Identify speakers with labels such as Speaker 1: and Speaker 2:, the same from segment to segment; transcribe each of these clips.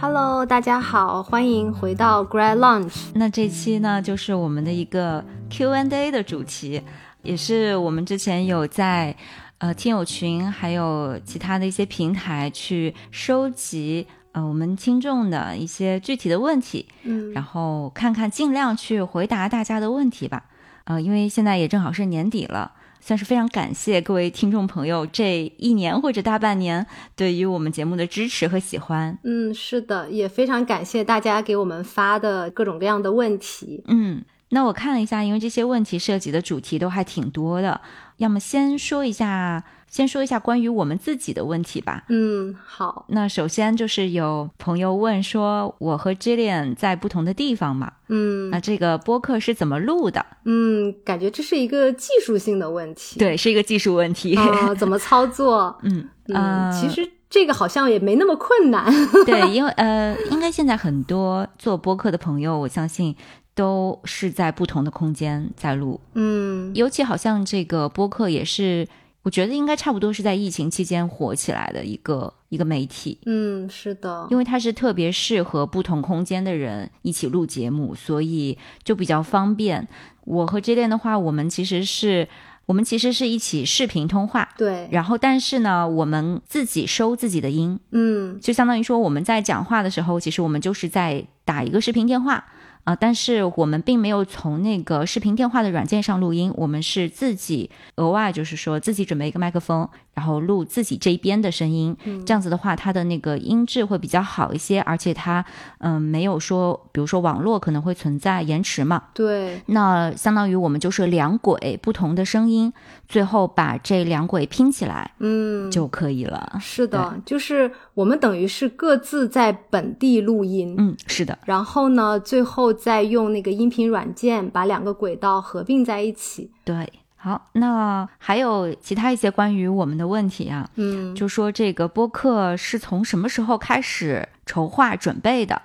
Speaker 1: Hello，大家好，欢迎回到 Grad Lunch。
Speaker 2: 那这期呢，就是我们的一个 Q&A 的主题，也是我们之前有在呃听友群还有其他的一些平台去收集呃我们听众的一些具体的问题，
Speaker 1: 嗯
Speaker 2: 然后看看尽量去回答大家的问题吧。呃，因为现在也正好是年底了。算是非常感谢各位听众朋友这一年或者大半年对于我们节目的支持和喜欢。
Speaker 1: 嗯，是的，也非常感谢大家给我们发的各种各样的问题。
Speaker 2: 嗯，那我看了一下，因为这些问题涉及的主题都还挺多的，要么先说一下，先说一下关于我们自己的问题吧。
Speaker 1: 嗯，好，
Speaker 2: 那首先就是有朋友问说，我和 Jillian 在不同的地方嘛，
Speaker 1: 嗯
Speaker 2: 那这个播客是怎么录的？
Speaker 1: 嗯，感觉这是一个技术性的问题。
Speaker 2: 对，是一个技术问题。
Speaker 1: 啊、怎么操作？
Speaker 2: 嗯
Speaker 1: 嗯，
Speaker 2: 呃
Speaker 1: 其实这个好像也没那么困难。
Speaker 2: 对，因为呃，应该现在很多做播客的朋友，我相信都是在不同的空间在录，
Speaker 1: 嗯
Speaker 2: 尤其好像这个播客也是，我觉得应该差不多是在疫情期间火起来的一个一个媒体，
Speaker 1: 嗯，是的
Speaker 2: 因。为它是特别适合不同空间的人一起录节目，所以就比较方便。我和 J 恋的话，我们其实是我们其实是一起视频通话。
Speaker 1: 对，
Speaker 2: 然后，但是呢，我们自己收自己的音，
Speaker 1: 嗯
Speaker 2: 就相当于说我们在讲话的时候，其实我们就是在打一个视频电话啊、但是我们并没有从那个视频电话的软件上录音，我们是自己额外就是说自己准备一个麦克风，然后录自己这一边的声音。这样子的话，它的那个音质会比较好一些，而且它嗯、没有说，比如说网络可能会存在延迟嘛，
Speaker 1: 对，
Speaker 2: 那相当于我们就是两轨不同的声音，最后把这两轨拼起来
Speaker 1: 嗯，
Speaker 2: 就可以了。
Speaker 1: 是的，就是我们等于是各自在本地录音。
Speaker 2: 嗯，是的。
Speaker 1: 然后呢，最后再用那个音频软件把两个轨道合并在一起。
Speaker 2: 对，好，那还有其他一些关于我们的问题啊，
Speaker 1: 嗯，
Speaker 2: 就说这个播客是从什么时候开始筹划准备的？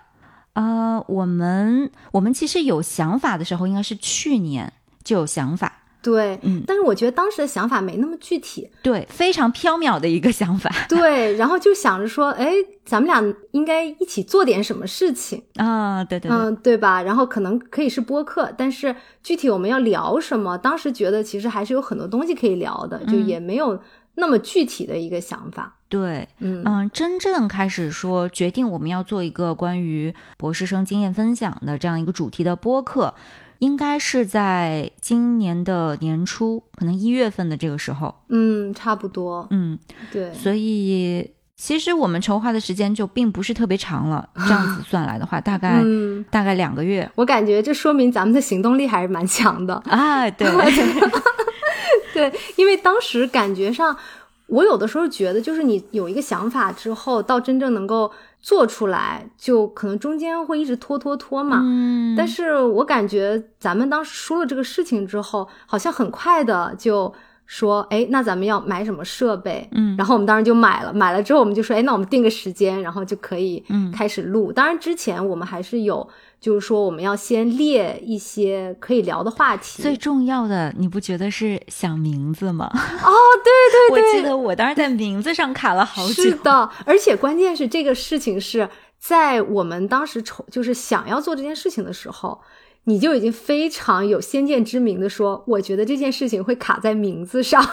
Speaker 2: 呃，我们我们其实有想法的时候，应该是去年就有想法，
Speaker 1: 对。
Speaker 2: 嗯
Speaker 1: 但是我觉得当时的想法没那么具体，
Speaker 2: 对，非常缥缈的一个想法
Speaker 1: 对。然后就想着说，哎，咱们俩应该一起做点什么事情，
Speaker 2: 啊、对对对，
Speaker 1: 嗯，对吧？然后可能可以是播客，但是具体我们要聊什么，当时觉得其实还是有很多东西可以聊的，就
Speaker 2: 嗯
Speaker 1: 也没有那么具体的一个想法。
Speaker 2: 对，
Speaker 1: 嗯
Speaker 2: 嗯，真正开始说决定我们要做一个关于博士生经验分享的这样一个主题的播客，应该是在今年的年初，可能一月份的这个时候。
Speaker 1: 嗯，差不多。
Speaker 2: 嗯，
Speaker 1: 对，
Speaker 2: 所以其实我们筹划的时间就并不是特别长了。这样子算来的话，大概、
Speaker 1: 嗯，
Speaker 2: 大概两个月。
Speaker 1: 我感觉这说明咱们的行动力还是蛮强的。
Speaker 2: 啊， 对，
Speaker 1: 对，因为当时感觉上，我有的时候觉得，就是你有一个想法之后，到真正能够做出来，就可能中间会一直拖拖拖嘛。
Speaker 2: 嗯，
Speaker 1: 但是我感觉咱们当时说了这个事情之后，好像很快的就说，哎，那咱们要买什么设备？
Speaker 2: 嗯
Speaker 1: 然后我们当时就买了，买了之后我们就说，哎，那我们定个时间，然后就可以
Speaker 2: 嗯
Speaker 1: 开始录。当然之前我们还是有，就是说我们要先列一些可以聊的话题。
Speaker 2: 最重要的，你不觉得是想名字吗？
Speaker 1: 哦，对对对，
Speaker 2: 我记得我当时在名字上卡了好久
Speaker 1: 是。的，而且关键是这个事情是在我们当时筹，就是想要做这件事情的时候，你就已经非常有先见之明的说，我觉得这件事情会卡在名字 上。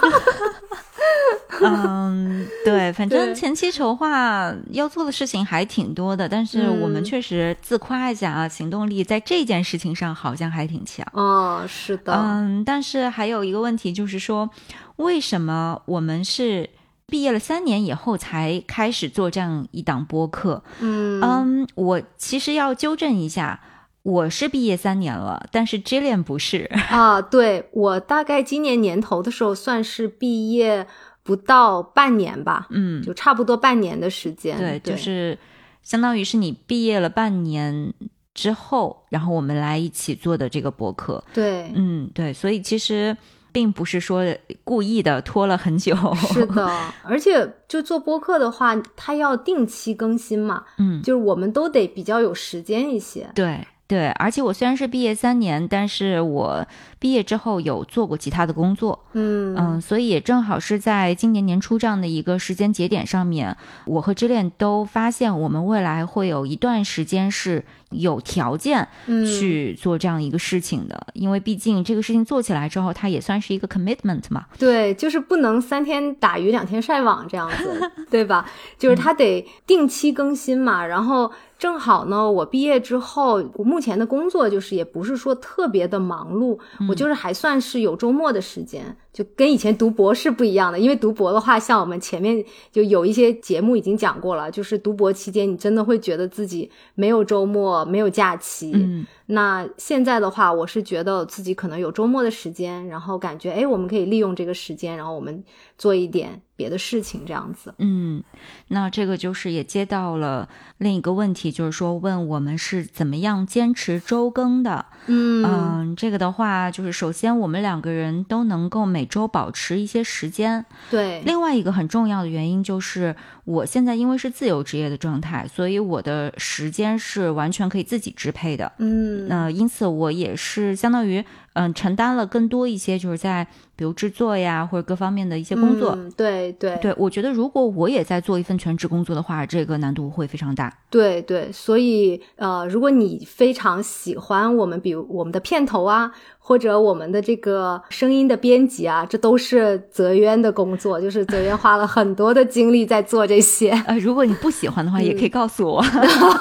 Speaker 2: 嗯，对，反
Speaker 1: 对
Speaker 2: 正前期筹划要做的事情还挺多的，但是我们
Speaker 1: 嗯
Speaker 2: 确实自夸一下啊，行动力在这件事情上好像还挺强。
Speaker 1: 哦，是的，
Speaker 2: 嗯，但是还有一个问题就是说，为什么我们是毕业了三年以后才开始做这样一档播客？
Speaker 1: 嗯
Speaker 2: 嗯，我其实要纠正一下，我是毕业三年了，但是 Jillian 不是。
Speaker 1: 啊，对我大概今年年头的时候，算是毕业不到半年吧，
Speaker 2: 嗯，
Speaker 1: 就差不多半年的时间。
Speaker 2: 对，
Speaker 1: 对，
Speaker 2: 就是相当于是你毕业了半年之后，然后我们来一起做的这个博客。
Speaker 1: 对，
Speaker 2: 嗯，对，所以其实并不是说故意的拖了很久。
Speaker 1: 是，的，而且就做播客的话，它要定期更新嘛，
Speaker 2: 嗯，
Speaker 1: 就是我们都得比较有时间一些。
Speaker 2: 对。对，而且我虽然是毕业三年，但是我毕业之后有做过其他的工作，
Speaker 1: 嗯
Speaker 2: 嗯，所以也正好是在今年年初这样的一个时间节点上面，我和之恋都发现我们未来会有一段时间是有条件
Speaker 1: 嗯
Speaker 2: 去做这样一个事情的，因为毕竟这个事情做起来之后，它也算是一个 commitment 嘛。
Speaker 1: 对，就是不能三天打鱼两天晒网这样 子，对吧？就是它得定期更新嘛。然后正好呢，我毕业之后，我目前的工作就是也不是说特别的忙碌，
Speaker 2: 嗯
Speaker 1: 我就是还算是有周末的时间，就跟以前读博是不一样的。因为读博的话，像我们前面就有一些节目已经讲过了，就是读博期间你真的会觉得自己没有周末，没有假期，
Speaker 2: 嗯
Speaker 1: 那现在的话，我是觉得自己可能有周末的时间，然后感觉哎，我们可以利用这个时间，然后我们做一点别的事情，这样子。
Speaker 2: 嗯，那这个就是也接到了另一个问题，就是说问我们是怎么样坚持周更的。
Speaker 1: 嗯
Speaker 2: 嗯，这个的话，就是首先我们两个人都能够每周保持一些时间。
Speaker 1: 对，
Speaker 2: 另外一个很重要的原因就是，我现在因为是自由职业的状态，所以我的时间是完全可以自己支配的。
Speaker 1: 嗯
Speaker 2: 那、因此我也是相当于嗯、承担了更多一些，就是在比如制作呀或者各方面的一些工作。
Speaker 1: 嗯对对
Speaker 2: 对，我觉得如果我也在做一份全职工作的话，这个难度会非常大。
Speaker 1: 对对，所以呃，如果你非常喜欢我们，比如我们的片头啊，或者我们的这个声音的编辑啊，这都是泽渊的工作，就是泽渊花了很多的精力在做这些。
Speaker 2: 呃，如果你不喜欢的话，也
Speaker 1: 嗯
Speaker 2: 可以告诉我。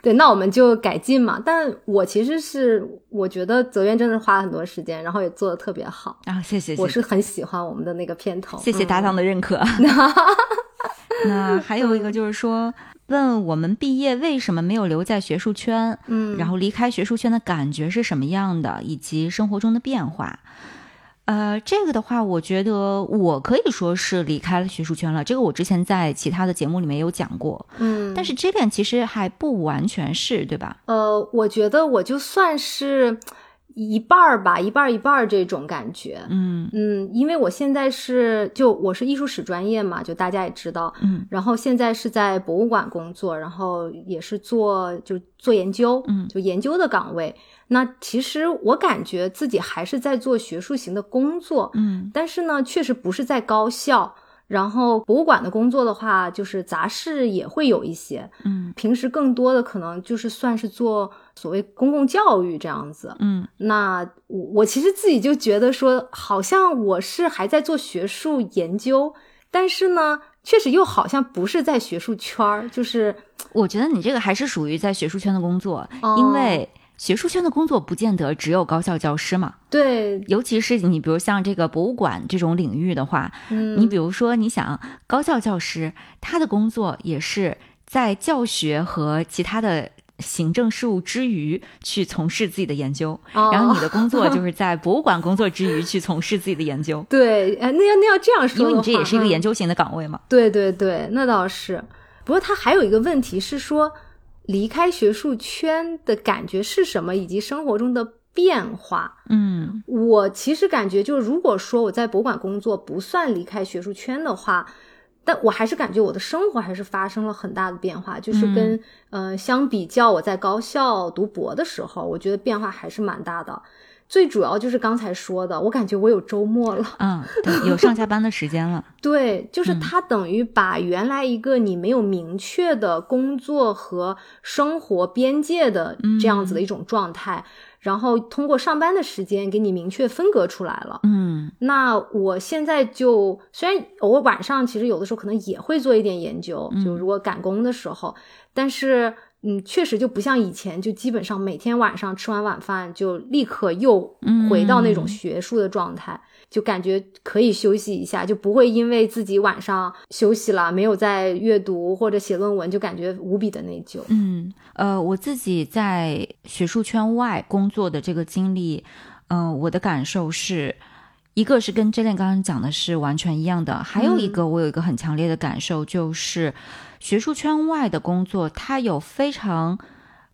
Speaker 1: 对，那我们就改进嘛。但我其实是我觉得泽渊真的花了很多时间，然后也做的特别好。
Speaker 2: 啊，谢谢，谢谢
Speaker 1: 我是很喜欢我们的那个片头，
Speaker 2: 谢谢搭档的认可。
Speaker 1: 嗯
Speaker 2: 那还有一个就是说，问我们毕业为什么没有留在学术圈，
Speaker 1: 嗯，
Speaker 2: 然后离开学术圈的感觉是什么样的，以及生活中的变化。呃，这个的话，我觉得我可以说是离开了学术圈了。这个我之前在其他的节目里面有讲过，
Speaker 1: 嗯，
Speaker 2: 但
Speaker 1: 是
Speaker 2: 是这点其实还不完全是，对吧？
Speaker 1: 呃，我觉得我就算是一半儿吧，一半儿一半儿这种感觉。
Speaker 2: 嗯
Speaker 1: 嗯，因为我现在是就我是艺术史专业嘛，就大家也知道，
Speaker 2: 嗯
Speaker 1: 然后现在是在博物馆工作，然后也是做就做研究，
Speaker 2: 嗯
Speaker 1: 就研究的岗位。那其实我感觉自己还是在做学术型的工作，
Speaker 2: 嗯
Speaker 1: 但是呢，确实不是在高校。然后博物馆的工作的话，就是杂事也会有一些，
Speaker 2: 嗯
Speaker 1: 平时更多的可能就是算是做所谓公共教育这样子。
Speaker 2: 嗯
Speaker 1: 那我我其实自己就觉得说，好像我是还在做学术研究，但是呢，确实又好像不是在学术圈儿，就是
Speaker 2: 我觉得你这个还是属于在学术圈的工作，
Speaker 1: 哦
Speaker 2: 因为学术圈的工作不见得只有高校教师嘛。
Speaker 1: 对，
Speaker 2: 尤其是你比如像这个博物馆这种领域的话，
Speaker 1: 嗯，
Speaker 2: 你比如说你想高校教师，他的工作也是在教学和其他的。行政事务之余去从事自己的研究，
Speaker 1: 哦，
Speaker 2: 然后你的工作就是在博物馆工作之余去从事自己的研究
Speaker 1: 对，哎，那要那要这样说
Speaker 2: 因
Speaker 1: 的话，
Speaker 2: 为你这也是一个研
Speaker 1: 究，
Speaker 2: 究型的岗位嘛。
Speaker 1: 对对对，那倒是。不过他还有一个问题是说，离开学术圈的感觉是什么，以及生活中的变化。
Speaker 2: 嗯
Speaker 1: 我其实感觉，就是如果说我在博物馆工作不算离开学术圈的话，但我还是感觉我的生活还是发生了很大的变化，就是跟、呃相比较我在高校读博的时候，我觉得变化还是蛮大的。最主要就是刚才说的，我感觉我有周末了。
Speaker 2: 啊，对，有上下班的时间了。
Speaker 1: 对，就是它等于把原来一个你没有明确的工作和生活边界的这样子的一种状态，然后通过上班的时间给你明确分隔出来了。
Speaker 2: 嗯
Speaker 1: 那我现在就虽然我晚上其实有的时候可能也会做一点研究，就
Speaker 2: 嗯
Speaker 1: 如果赶工的时候，但是嗯，确实就不像以前，就基本上每天晚上吃完晚饭就立刻又
Speaker 2: 嗯
Speaker 1: 回到那种学术的状态，就感觉可以休息一下，就不会因为自己晚上休息了没有在阅读或者写论文，就感觉无比的内疚。
Speaker 2: 嗯，呃，我自己在学术圈外工作的这个经历，嗯、我的感受是。一个是跟 j e l n 刚刚讲的是完全一样的，还有一个我有一个很强烈的感受，就是学术圈外的工作，它有非常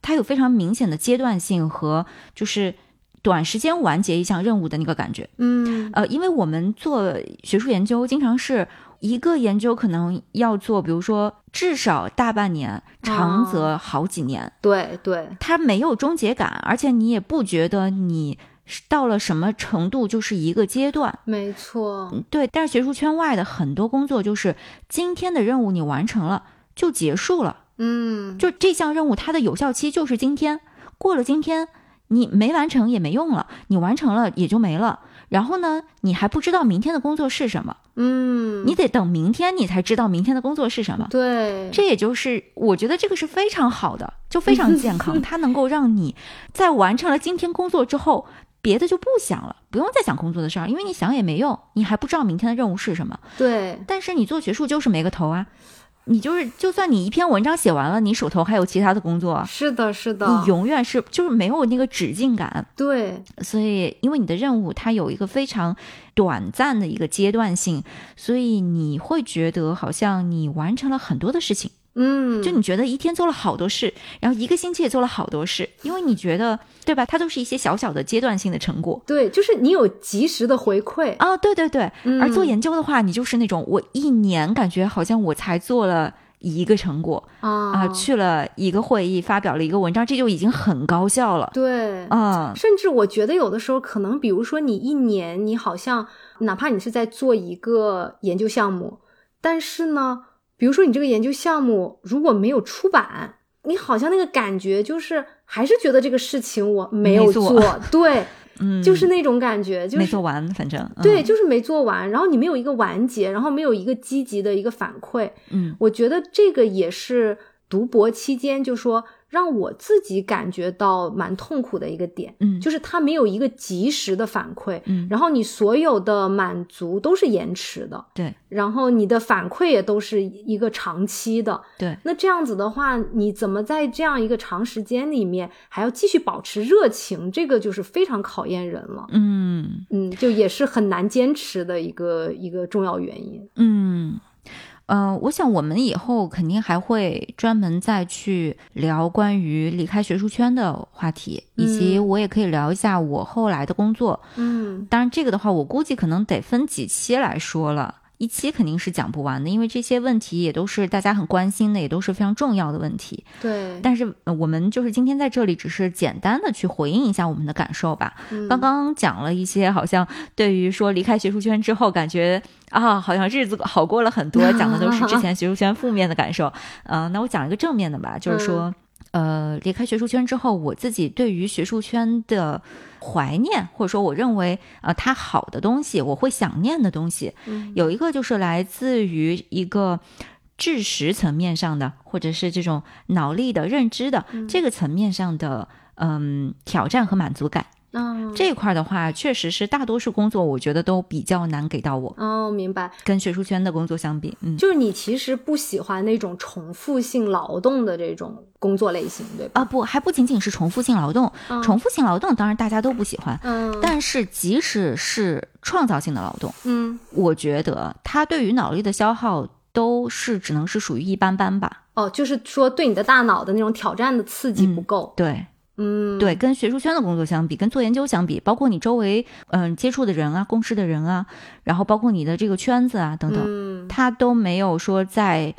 Speaker 2: 它有非常明显的阶段性和就是短时间完结一项任务的那个感觉。
Speaker 1: 嗯
Speaker 2: 呃，因为我们做学术研究，经常是一个研究可能要做，比如说至少大半年，长则好几年，
Speaker 1: 对对，
Speaker 2: 它没有终结感，而且你也不觉得你是到了什么程度就是一个阶段。
Speaker 1: 没错，
Speaker 2: 对，但是学术圈外的很多工作就是今天的任务你完成了就结束了，
Speaker 1: 嗯，
Speaker 2: 就这项任务它的有效期就是今天，过了今天你没完成也没用了，你完成了也就没了。然后呢，你还不知道明天的工作是什么，
Speaker 1: 嗯，
Speaker 2: 你得等明天你才知道明天的工作是什么。
Speaker 1: 对，
Speaker 2: 这也就是我觉得这个是非常好的，就非常健康，它能够让你在完成了今天工作之后，别的就不想了，不用再想工作的事儿，因为你想也没用，你还不知道明天的任务是什么。
Speaker 1: 对，
Speaker 2: 但是你做学术就是没个头啊，你就是就算你一篇文章写完了，你手头还有其他的工作啊，
Speaker 1: 是的，是的，
Speaker 2: 你永远是就是没有那个止境感。
Speaker 1: 对，
Speaker 2: 所以，因为你的任务它有一个非常短暂的一个阶段性，所以你会觉得好像你完成了很多的事情，
Speaker 1: 嗯，
Speaker 2: 就你觉得一天做了好多事，然后一个星期也做了好多事，因为你觉得对吧？它都是一些小小的阶段性的成果。
Speaker 1: 对，就是你有及时的回馈，
Speaker 2: 哦，对对对，
Speaker 1: 嗯
Speaker 2: 而做研究的话，你就是那种我一年感觉好像我才做了一个成果啊、
Speaker 1: 啊，
Speaker 2: 去了一个会议，发表了一个文章，这就已经很高效了。
Speaker 1: 对，
Speaker 2: 嗯，
Speaker 1: 甚至我觉得有的时候可能，比如说你一年，你好像哪怕你是在做一个研究项目，但是呢，比如说你这个研究项目如果没有出版，你好像那个感觉就是还是觉得这个事情我没有
Speaker 2: 没做
Speaker 1: 对，
Speaker 2: 嗯，
Speaker 1: 就是那种感觉，就
Speaker 2: 没
Speaker 1: 是
Speaker 2: 做完，反正、嗯、
Speaker 1: 对，，就是没做完，然后你没有一个完结，然后没有一个积极的一个反馈，
Speaker 2: 嗯。
Speaker 1: 我觉得这个也是读博期间就说让我自己感觉到蛮痛苦的一个点，
Speaker 2: 嗯
Speaker 1: 就是它没有一个及时的反馈，
Speaker 2: 嗯
Speaker 1: 然后你所有的满足都是延迟的，
Speaker 2: 对，
Speaker 1: 然后你的反馈也都是一个长期的，
Speaker 2: 对，
Speaker 1: 那这样子的话，你怎么在这样一个长时间里面还要继续保持热情，这个就是非常考验人了。
Speaker 2: 嗯
Speaker 1: 嗯，就也是很难坚持的一个一个重要原因。
Speaker 2: 嗯。呃，我想我们以后肯定还会专门再去聊关于离开学术圈的话题，以及
Speaker 1: 嗯
Speaker 2: 我也可以聊一下我后来的工作。
Speaker 1: 嗯，
Speaker 2: 当然，这个的话，我估计可能得分几期来说了，一期肯定是讲不完的，因为这些问题也都是大家很关心的，也都是非常重要的问题。
Speaker 1: 对，
Speaker 2: 但是呃我们就是今天在这里，只是简单的去回应一下我们的感受吧。
Speaker 1: 嗯
Speaker 2: 刚刚讲了一些，好像对于说离开学术圈之后，感觉啊，好像日子好过了很多，讲的都是之前学术圈负面的感 受。呃，那我讲一个正面的吧，就是
Speaker 1: 嗯
Speaker 2: 说，呃，离开学术圈之后，我自己对于学术圈的怀念，或者说我认为呃它好的东西，我会想念的东西，
Speaker 1: 嗯
Speaker 2: 有一个就是来自于一个。知识层面上的，或者是这种脑力的认知的、这个层面上的，嗯，挑战和满足感。
Speaker 1: 嗯，
Speaker 2: 这一块儿的话，确实是大多数工作，我觉得都比较难给到我，
Speaker 1: 哦，明白，
Speaker 2: 跟学术圈的工作相比，嗯。
Speaker 1: 就是你其实不喜欢那种重复性劳动的这种工作类型，对吧？
Speaker 2: 啊不，还不仅仅是重复性劳动，
Speaker 1: 嗯
Speaker 2: 重复性劳动当然大家都不喜欢，
Speaker 1: 嗯，
Speaker 2: 但是即使是创造性的劳动，
Speaker 1: 嗯，
Speaker 2: 我觉得它对于脑力的消耗都是只能是属于一般般吧。
Speaker 1: 哦，就是说对你的大脑的那种挑战的刺激不够，
Speaker 2: 对
Speaker 1: 嗯，
Speaker 2: 对，跟学术圈的工作相比，跟做研究相比，包括你周围嗯、接触的人啊、共事的人啊，然后包括你的这个圈子啊等等，
Speaker 1: 嗯，
Speaker 2: 他都没有说在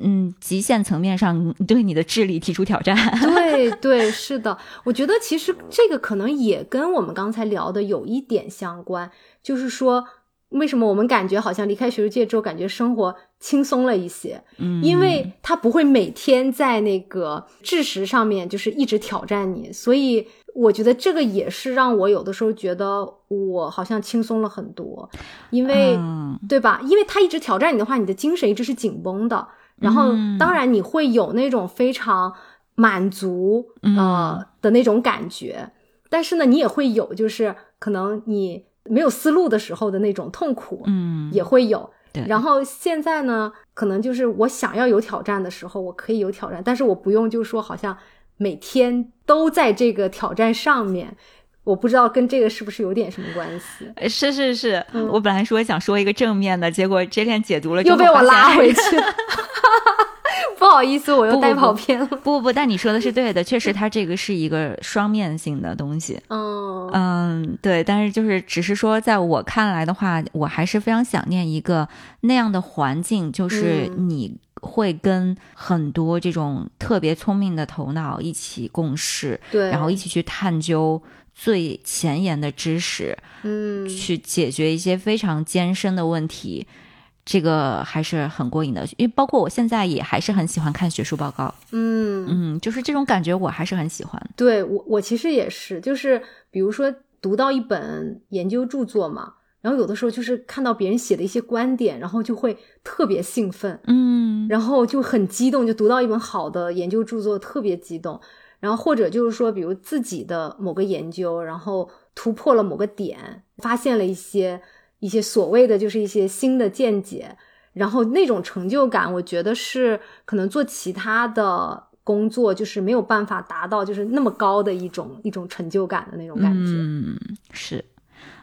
Speaker 2: 嗯极限层面上对你的智力提出 挑战。
Speaker 1: 对对，是的，我觉得其实这个可能也跟我们刚才聊的有一点相关，就是说为什么我们感觉好像离开学术界之后，感觉生活轻松了一些，
Speaker 2: 嗯
Speaker 1: 因为他不会每天在那个知识上面就是一直挑战你，所以我觉得这个也是让我有的时候觉得我好像轻松了很多，因为、
Speaker 2: 嗯
Speaker 1: 对吧？因为他一直挑战你的话，你的精神一直是紧绷的，然后
Speaker 2: 嗯
Speaker 1: 当然你会有那种非常满足、
Speaker 2: 嗯
Speaker 1: 呃的那种感觉，但是呢，你也会有就是可能你没有思路的时候的那种痛苦，
Speaker 2: 嗯
Speaker 1: 也会有。
Speaker 2: 对
Speaker 1: 然后现在呢，可能就是我想要有挑战的时候，我可以有挑战，但是我不用就说好像每天都在这个挑战上面，我不知道跟这个是不是有点什么关系，
Speaker 2: 呃是是是，
Speaker 1: 嗯
Speaker 2: 我本来说想说一个正面的，结果 J 恋解读了之
Speaker 1: 又
Speaker 2: 后
Speaker 1: 被我
Speaker 2: 呃发
Speaker 1: 拉
Speaker 2: 现
Speaker 1: 回去。不好意思，我
Speaker 2: 不
Speaker 1: 又
Speaker 2: 不
Speaker 1: 带
Speaker 2: 不
Speaker 1: 跑偏了。
Speaker 2: 不不，但你说的是对的，确实它这个是一个双面性的东西。
Speaker 1: 嗯
Speaker 2: 嗯，对，但是就是只是说，在我看来的话，我还是非常想念一个那样的环境，就是
Speaker 1: 嗯
Speaker 2: 你会跟很多这种特别聪明的头脑一起共事，
Speaker 1: 对，
Speaker 2: 嗯然后一起去探究最前沿的知识，
Speaker 1: 嗯，
Speaker 2: 去解决一些非常艰深的问题。这个还是很过瘾的，因为包括我现在也还是很喜欢看学术报告，
Speaker 1: 嗯，
Speaker 2: 嗯，就是这种感觉我还是很喜欢。
Speaker 1: 对我我其实也是，就是比如说读到一本研究著作嘛，然后有的时候就是看到别人写的一些观点，然后就会特别兴奋，
Speaker 2: 嗯，
Speaker 1: 然后就很激动，就读到一本好的研究著作特别激动，然后或者就是说，比如自己的某个研究，然后突破了某个点，发现了一些一些所谓的就是一些新的见解，然后那种成就感，我觉得是可能做其他的工作就是没有办法达到就是那么高的一种一种成就感的那种感觉。嗯
Speaker 2: 嗯，是。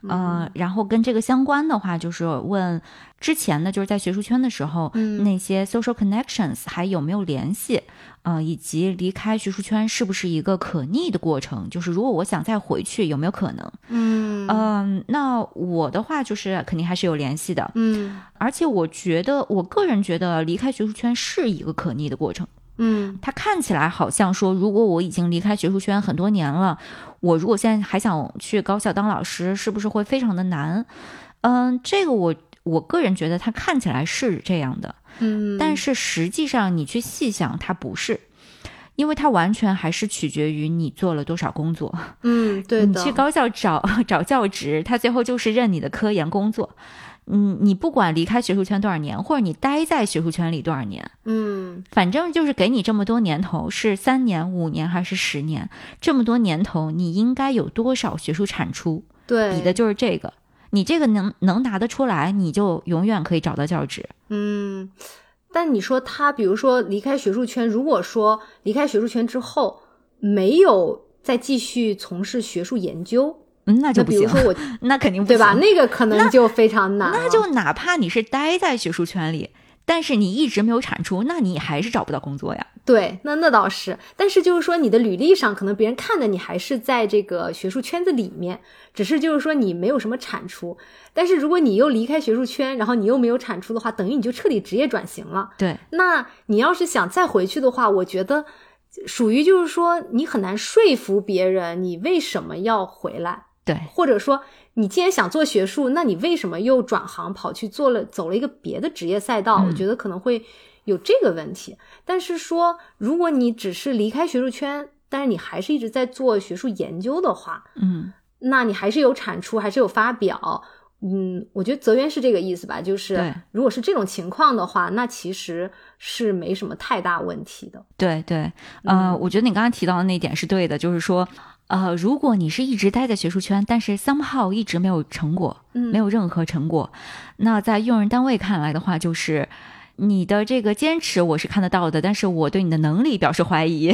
Speaker 2: 呃，然后跟这个相关的话，就是问之前呢，就是在学术圈的时候，
Speaker 1: 嗯
Speaker 2: 那些 social connections 还有没有联系？呃，以及离开学术圈是不是一个可逆的过程？就是如果我想再回去，有没有可能？
Speaker 1: 嗯
Speaker 2: 嗯、那我的话就是肯定还是有联系的，
Speaker 1: 嗯
Speaker 2: 而且我觉得，我个人觉得离开学术圈是一个可逆的过程。
Speaker 1: 嗯
Speaker 2: 它看起来好像说，如果我已经离开学术圈很多年了，我如果现在还想去高校当老师，是不是会非常的难？嗯，这个我我个人觉得它看起来是这样的，
Speaker 1: 嗯，
Speaker 2: 但是实际上你去细想，它不是。因为它完全还是取决于你做了多少工作。
Speaker 1: 嗯对
Speaker 2: 你
Speaker 1: 的，
Speaker 2: 去高校找 找教职，他最后就是认你的科研工作。嗯，你不管离开学术圈多少年，或者你待在学术圈里多少年，
Speaker 1: 嗯
Speaker 2: 反正就是给你这么多年头，是三年、五年还是十年？这么多年头，你应该有多少学术产出？
Speaker 1: 对
Speaker 2: 比的就是这个。你这个能能拿得出来，你就永远可以找到教职。
Speaker 1: 嗯，但你说他，比如说离开学术圈，如果说离开学术圈之后没有再继续从事学术研究，
Speaker 2: 嗯，那就
Speaker 1: 那
Speaker 2: 不
Speaker 1: 比如
Speaker 2: 行
Speaker 1: 说
Speaker 2: 了，
Speaker 1: 我，
Speaker 2: 那肯定 不
Speaker 1: 对
Speaker 2: 行
Speaker 1: 吧？那个可能就非常难
Speaker 2: 那
Speaker 1: 了
Speaker 2: 就哪怕你是待在学术圈里，但是你一直没有产出，那你还是找不到工作呀。
Speaker 1: 对，那那倒是。但是就是说，你的履历上可能别人看的你还是在这个学术圈子里面，只是就是说你没有什么产出。但是如果你又离开学术圈，然后你又没有产出的话，等于你就彻底职业转型了。
Speaker 2: 对，
Speaker 1: 那你要是想再回去的话，我觉得属于就是说你很难说服别人，你为什么要回来，
Speaker 2: 对，
Speaker 1: 或者说你既然想做学术，那你为什么又转行跑去做了走了一个别的职业赛道？
Speaker 2: 嗯
Speaker 1: 我觉得可能会有这个问题。但是说，如果你只是离开学术圈，但是你还是一直在做学术研究的话，
Speaker 2: 嗯
Speaker 1: 那你还是有产出，还是有发表。嗯，我觉得泽源是这个意思吧，就是
Speaker 2: 对
Speaker 1: 如果是这种情况的话，那其实是没什么太大问题的。
Speaker 2: 对对，呃，
Speaker 1: 嗯
Speaker 2: 我觉得你刚刚提到的那一点是对的，就是说，呃，如果你是一直待在学术圈，但是 somehow 一直没有成果，
Speaker 1: 嗯
Speaker 2: 没有任何成果，那在用人单位看来的话，就是。你的这个坚持我是看得到的，但是我对你的能力表示怀 疑。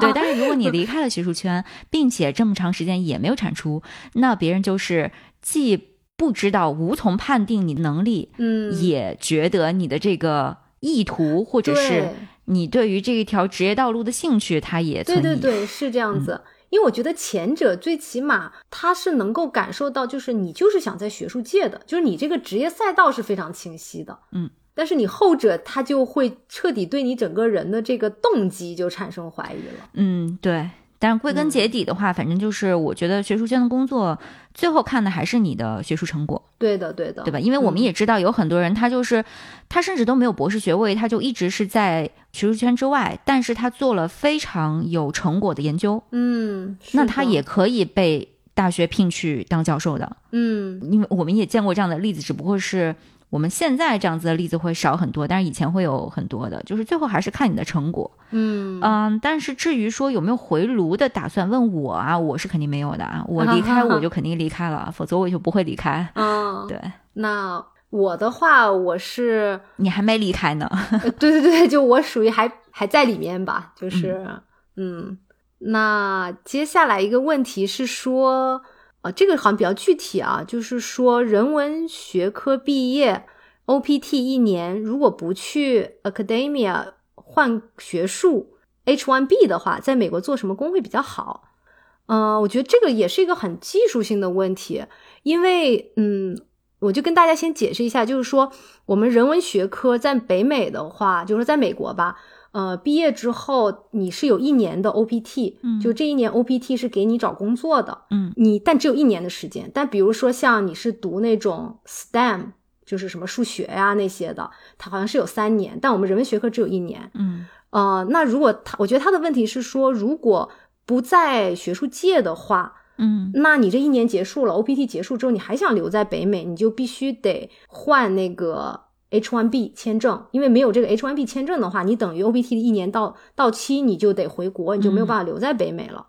Speaker 2: 对，但是如果你离开了学术圈，并且这么长时间也没有产出，那别人就是既不知道、无从判定你的能力，
Speaker 1: 嗯，
Speaker 2: 也觉得你的这个意图或者是
Speaker 1: 对
Speaker 2: 你对于这一条职业道路的兴趣，它也存
Speaker 1: 对
Speaker 2: 疑。嗯
Speaker 1: 对对，是这样子。因为我觉得前者最起码他是能够感受到，就是你就是想在学术界的，就是你这个职业赛道是非常清晰的。
Speaker 2: 嗯，
Speaker 1: 但是你后者他就会彻底对你整个人的这个动机就产生怀疑了。
Speaker 2: 嗯，对。但归
Speaker 1: 嗯
Speaker 2: 根结底的话，反正就是我觉得学术圈的工作，最后看的还是你的学术成果，
Speaker 1: 对的，对的，
Speaker 2: 对吧？因为我们
Speaker 1: 嗯
Speaker 2: 也知道有很多人，他就是他甚至都没有博士学位，他就一直是在学术圈之外，但是他做了非常有成果的研究，
Speaker 1: 嗯，是
Speaker 2: 那他
Speaker 1: 的
Speaker 2: 也可以被大学聘去当教授的。
Speaker 1: 嗯
Speaker 2: 因为我们也见过这样的例子，只不过是我们现在这样子的例子会少很多，但是以前会有很多的，就是最后还是看你的成果。
Speaker 1: 嗯
Speaker 2: 嗯，但是至于说有没有回炉的打算，问我啊，我是肯定没有的啊，我离开我就肯定离开了，否则我就不会离开。
Speaker 1: 啊，
Speaker 2: 对
Speaker 1: 那我的话，我是、
Speaker 2: 你还没离开呢，
Speaker 1: 呃对对对，就我属于还还在里面吧，就是嗯那接下来一个问题是说，呃，这个好像比较具体啊，就是说人文学科毕业，OPT 一年，如果不去 academia 换学术 H1B 的话，在美国做什么工会比较好？呃嗯、我觉得这个也是一个很技术性的问题，因为嗯，我就跟大家先解释一下，就是说我们人文学科在北美的话，就是说在美国吧，呃，毕业之后你是有一年的 OPT，
Speaker 2: 嗯
Speaker 1: 就这一年 OPT 是给你找工作的，
Speaker 2: 嗯，
Speaker 1: 你但只有一年的时间。但比如说像你是读那种 STEM，就是什么数学呀、那些的，它好像是有三年，但我们人文学科只有一年。
Speaker 2: 嗯
Speaker 1: 呃，那如果他，我觉得他的问题是说，如果不在学术界的话，
Speaker 2: 嗯
Speaker 1: 那你这一年结束了，OPT 结束之后，你还想留在北美，你就必须得换那个 H1B 签证，因为没有这个 H1B 签证的话，你等于 OPT 的一年到到期，你就得回国，你就没有办法留在北美了。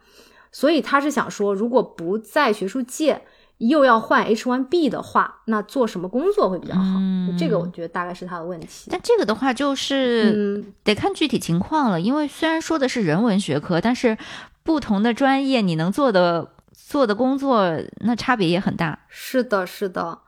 Speaker 1: 所以他是想说，如果不在学术界，又要换 H1B 的话，那做什么工作会比较好？
Speaker 2: 嗯
Speaker 1: 这个我觉得大概是他的问题。
Speaker 2: 但这个的话就是
Speaker 1: 嗯，
Speaker 2: 得看具体情况了，因为虽然说的是人文学科，但是不同的专业你能做的做的工作那差别也很大。
Speaker 1: 是的，是的，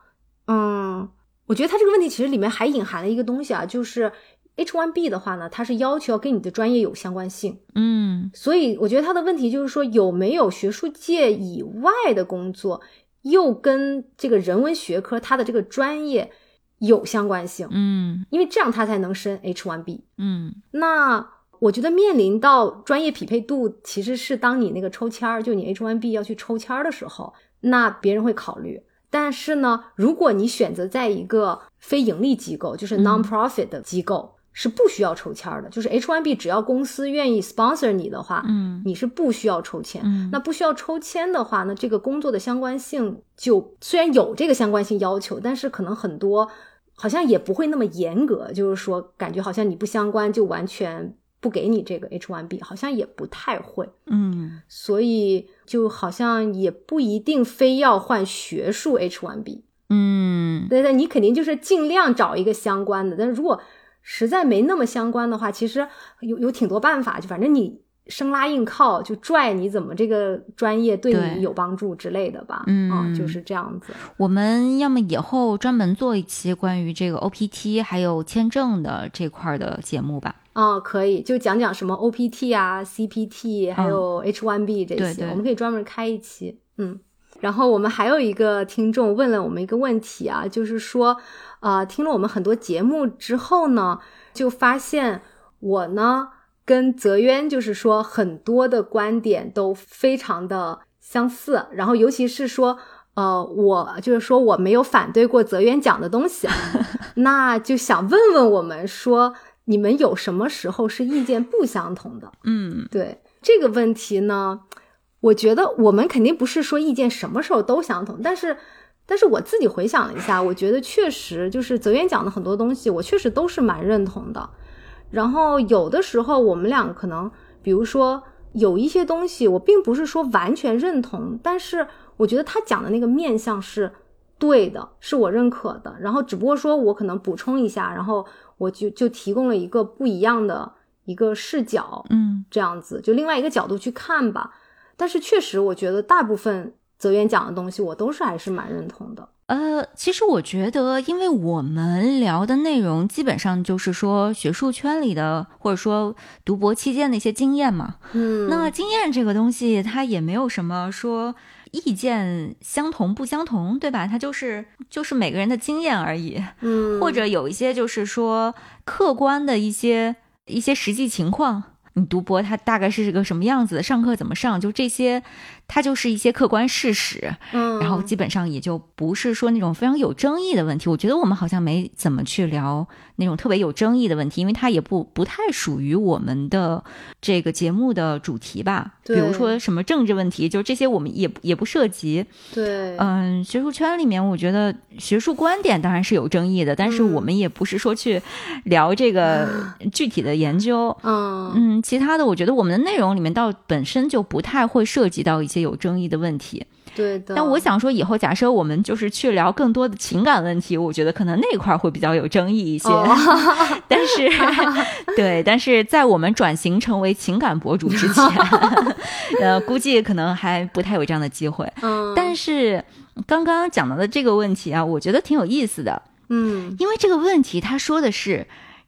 Speaker 1: 嗯，我觉得他这个问题其实里面还隐含了一个东西啊，就是 H1B 的话呢，它是要求要跟你的专业有相关性，
Speaker 2: 嗯
Speaker 1: 所以我觉得他的问题就是说有没有学术界以外的工作，又跟这个人文学科它的这个专业有相关性，
Speaker 2: 嗯
Speaker 1: 因为这样他才能申 H1B。
Speaker 2: 嗯
Speaker 1: 那我觉得面临到专业匹配度，其实是当你那个抽签儿，就你 H1B 要去抽签儿的时候，那别人会考虑。但是呢，如果你选择在一个非盈利机构，就是
Speaker 2: 嗯
Speaker 1: non-profit 的机构，是不需要抽签儿的。就是 H1B 只要公司愿意 sponsor 你的话，
Speaker 2: 嗯
Speaker 1: 你是不需要抽签。
Speaker 2: 嗯，
Speaker 1: 那不需要抽签的话，那这个工作的相关性就虽然有这个相关性要求，但是可能很多好像也不会那么严格，就是说感觉好像你不相关就完全不给你这个 H1B，好像也不太会，
Speaker 2: 嗯
Speaker 1: 所以就好像也不一定非要换学术 H1B。
Speaker 2: 嗯
Speaker 1: 对对，你肯定就是尽量找一个相关的，但是如果实在没那么相关的话，其实有有挺多办法，就反正你生拉硬靠就拽你怎么这个专业对
Speaker 2: 对
Speaker 1: 你有帮助之类的吧，
Speaker 2: 嗯
Speaker 1: 啊，就是这样子。
Speaker 2: 我们要么以后专门做一期关于这个 OPT 还有签证的这块儿的节目吧。
Speaker 1: 啊、可以，就讲讲什么 OPT 啊、CPT，还
Speaker 2: 嗯
Speaker 1: 有 H1B 这些，
Speaker 2: 对对
Speaker 1: 我们可以专门开一期。嗯，然后我们还有一个听众问了我们一个问题啊，就是说，呃，听了我们很多节目之后呢，就发现我呢跟泽渊就是说很多的观点都非常的相似，然后尤其是说。呃，我就是说我没有反对过泽渊讲的东 西，那就想问问我们说，你们有什么时候是意见不相同的？
Speaker 2: 嗯
Speaker 1: 对这个问题呢，我觉得我们肯定不是说意见什么时候都相同，但是，但是我自己回想了一下，我觉得确实就是泽源讲的很多东西，我确实都是蛮认同的。然后有的时候我们两个可能，比如说有一些东西，我并不是说完全认同，但是我觉得他讲的那个面向是对的，是我认可的。然后只不过说我可能补充一下，然后我就就提供了一个不一样的一个视角，
Speaker 2: 嗯
Speaker 1: 这样子，就另外一个角度去看吧。但是确实，我觉得大部分泽源讲的东西，我都是还是蛮认同的。
Speaker 2: 呃，其实我觉得，因为我们聊的内容基本上就是说学术圈里的，或者说读博期间的一些经验嘛。
Speaker 1: 嗯
Speaker 2: 那经验这个东西，它也没有什么说意见相同不相同，对吧？它就是就是每个人的经验而已。
Speaker 1: 嗯，
Speaker 2: 或者有一些就是说客观的一些一些实际情况，你读博它大概是个什么样子，上课怎么上，就这些，它就是一些客观事实，
Speaker 1: 嗯，
Speaker 2: 然后基本上也就不是说那种非常有争议的问题。我觉得我们好像没怎么去聊那种特别有争议的问题，因为它也不不太属于我们的这个节目的主题吧。比
Speaker 1: 对
Speaker 2: 如说什么政治问题，就这些我们也也不涉及。
Speaker 1: 对，
Speaker 2: 嗯，学术圈里面，我觉得学术观点当然是有争议的，但是
Speaker 1: 嗯啊
Speaker 2: 我们也不是说去聊这个具体的研究。
Speaker 1: 嗯
Speaker 2: 嗯，其他的，我觉得我们的内容里面倒本身就不太会涉及到一些有争议的问题。
Speaker 1: 对的。
Speaker 2: 但我想说，以后假设我们就是去聊更多的情感问题，我觉得可能那块儿会比较有争议一些。
Speaker 1: 哦
Speaker 2: 但是， 对，但是在我们转型成为情感博主之前， 呃，估计可能还不太有这样的机会。
Speaker 1: 嗯，
Speaker 2: 但是刚刚讲到的这个问题啊，我觉得挺有意思的，
Speaker 1: 嗯
Speaker 2: 因为这个问题他说的是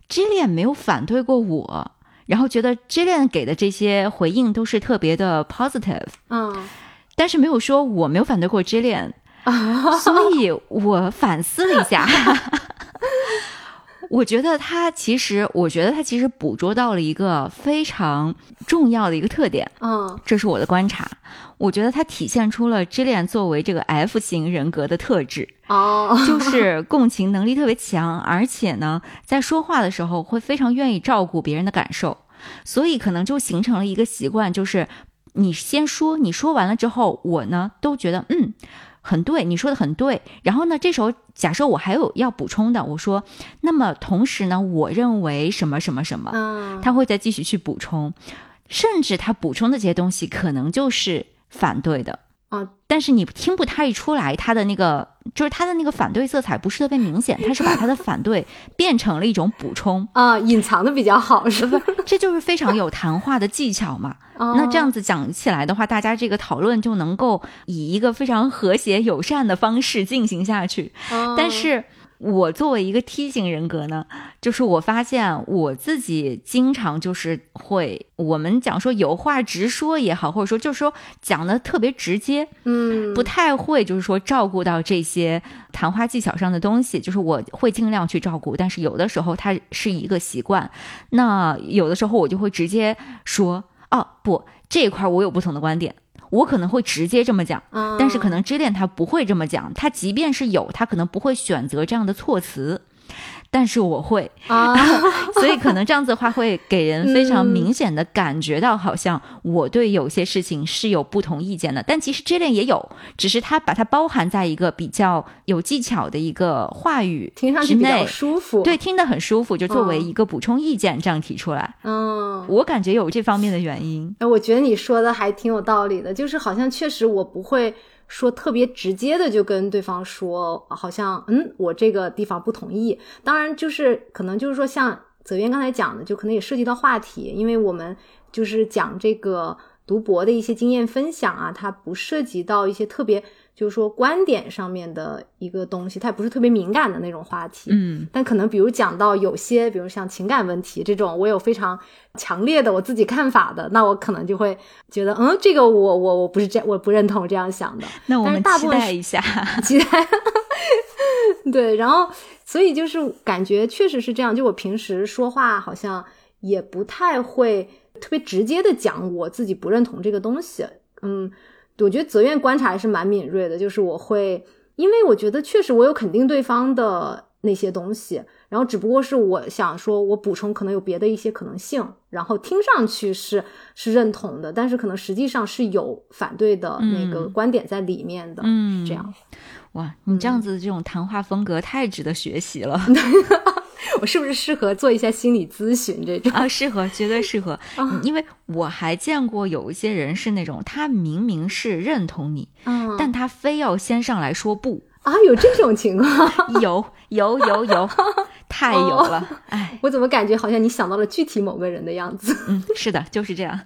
Speaker 2: Jillian 没有反对过我，然后觉得 Jillian 给的这些回应都是特别的 positive，
Speaker 1: 嗯
Speaker 2: 但是没有说我没有反对过 Jillian。所以我反思了一下， 我觉得他其实，我觉得他其实捕捉到了一个非常重要的一个特点，
Speaker 1: 嗯
Speaker 2: 这是我的观察。我觉得它体现出了 Jillian 作为这个 F 型人格的特质，
Speaker 1: 哦，
Speaker 2: 就是共情能力特别强，而且呢，在说话的时候会非常愿意照顾别人的感受，所以可能就形成了一个习惯，就是你先说，你说完了之后，我呢都觉得嗯。很对，你说的很对。然后呢，这时候假设我还有要补充的，我说，那么同时呢，我认为什么什么什么，
Speaker 1: 嗯
Speaker 2: 他会再继续去补充，甚至他补充的这些东西可能就是反对的
Speaker 1: 啊。
Speaker 2: 但是你听不太出来他的那个，就是他的那个反对色彩不是特别明显，他是把他的反对变成了一种补充，
Speaker 1: 啊，隐藏的比较好是吧？
Speaker 2: 这就是非常有谈话的技巧嘛。
Speaker 1: 哦
Speaker 2: 那这样子讲起来的话，大家这个讨论就能够以一个非常和谐友善的方式进行下去。
Speaker 1: 哦，
Speaker 2: 但是我作为一个 T 型人格呢，就是我发现我自己经常就是会，我们讲说有话直说也好，或者说就是说讲的特别直接，
Speaker 1: 嗯，
Speaker 2: 不太会就是说照顾到这些谈话技巧上的东西。就是我会尽量去照顾，但是有的时候它是一个习惯，那有的时候我就会直接说，哦不，这一块我有不同的观点。我可能会直接这么讲，
Speaker 1: 嗯，
Speaker 2: 但是可能 Jillian 他不会这么讲，他即便是有，他可能不会选择这样的措辞，但是我会，
Speaker 1: 啊，
Speaker 2: 所以可能这样子的话会给人非常
Speaker 1: 嗯
Speaker 2: 明显的感觉到，好像我对有些事情是有不同意见的，但其实 Jillian 也有，只是他把它包含在一个比较有技巧的一个话语
Speaker 1: 听上
Speaker 2: 之
Speaker 1: 去比较
Speaker 2: 内。
Speaker 1: 舒服，
Speaker 2: 对，，听得很舒服，就作为
Speaker 1: 嗯
Speaker 2: 一个补充意见这样提出来，
Speaker 1: 嗯，
Speaker 2: 我感觉有这方面的原因。
Speaker 1: 哎，我觉得你说的还挺有道理的，就是好像确实我不会说特别直接的就跟对方说，好像嗯，我这个地方不同意。当然，就是可能就是说像泽渊刚才讲的，就可能也涉及到话题，因为我们就是讲这个读博的一些经验分享啊，它不涉及到一些特别就是说观点上面的一个东西，它也不是特别敏感的那种话题。
Speaker 2: 嗯，
Speaker 1: 但可能比如讲到有些，比如像情感问题这种，我有非常强烈的我自己看法的，那我可能就会觉得，嗯，这个我我我不是这我不认同这样想的，
Speaker 2: 那我
Speaker 1: 但是
Speaker 2: 们
Speaker 1: 大
Speaker 2: 期
Speaker 1: 部分
Speaker 2: 待
Speaker 1: 是
Speaker 2: 一下。
Speaker 1: 期待。对，然后所以就是感觉确实是这样，就我平时说话好像也不太会特别直接的讲我自己不认同这个东西。嗯，我觉得泽院观察还是蛮敏锐的，就是我会，因为我觉得确实我有肯定对方的那些东西，然后只不过是我想说，我补充可能有别的一些可能性，然后听上去是是认同的，但是可能实际上是有反对的那个
Speaker 2: 嗯
Speaker 1: 观点在里面的，
Speaker 2: 嗯
Speaker 1: 是这样。
Speaker 2: 哇，你
Speaker 1: 嗯
Speaker 2: 这样子的这种谈话风格太值得学习 了、
Speaker 1: 我是不是适合做一下心理咨询这种？
Speaker 2: 啊！适合，绝对 适合。
Speaker 1: 啊
Speaker 2: 嗯因为我还见过有一些人是那种，他明明是认同你，
Speaker 1: 嗯
Speaker 2: 但他非要先上来说不，
Speaker 1: 啊，有这种情况，
Speaker 2: 有有有有，太有
Speaker 1: 哦
Speaker 2: 了！哎，
Speaker 1: 我怎么感觉好像你想到了具体某个人的样子？
Speaker 2: 嗯，是的，就是这样。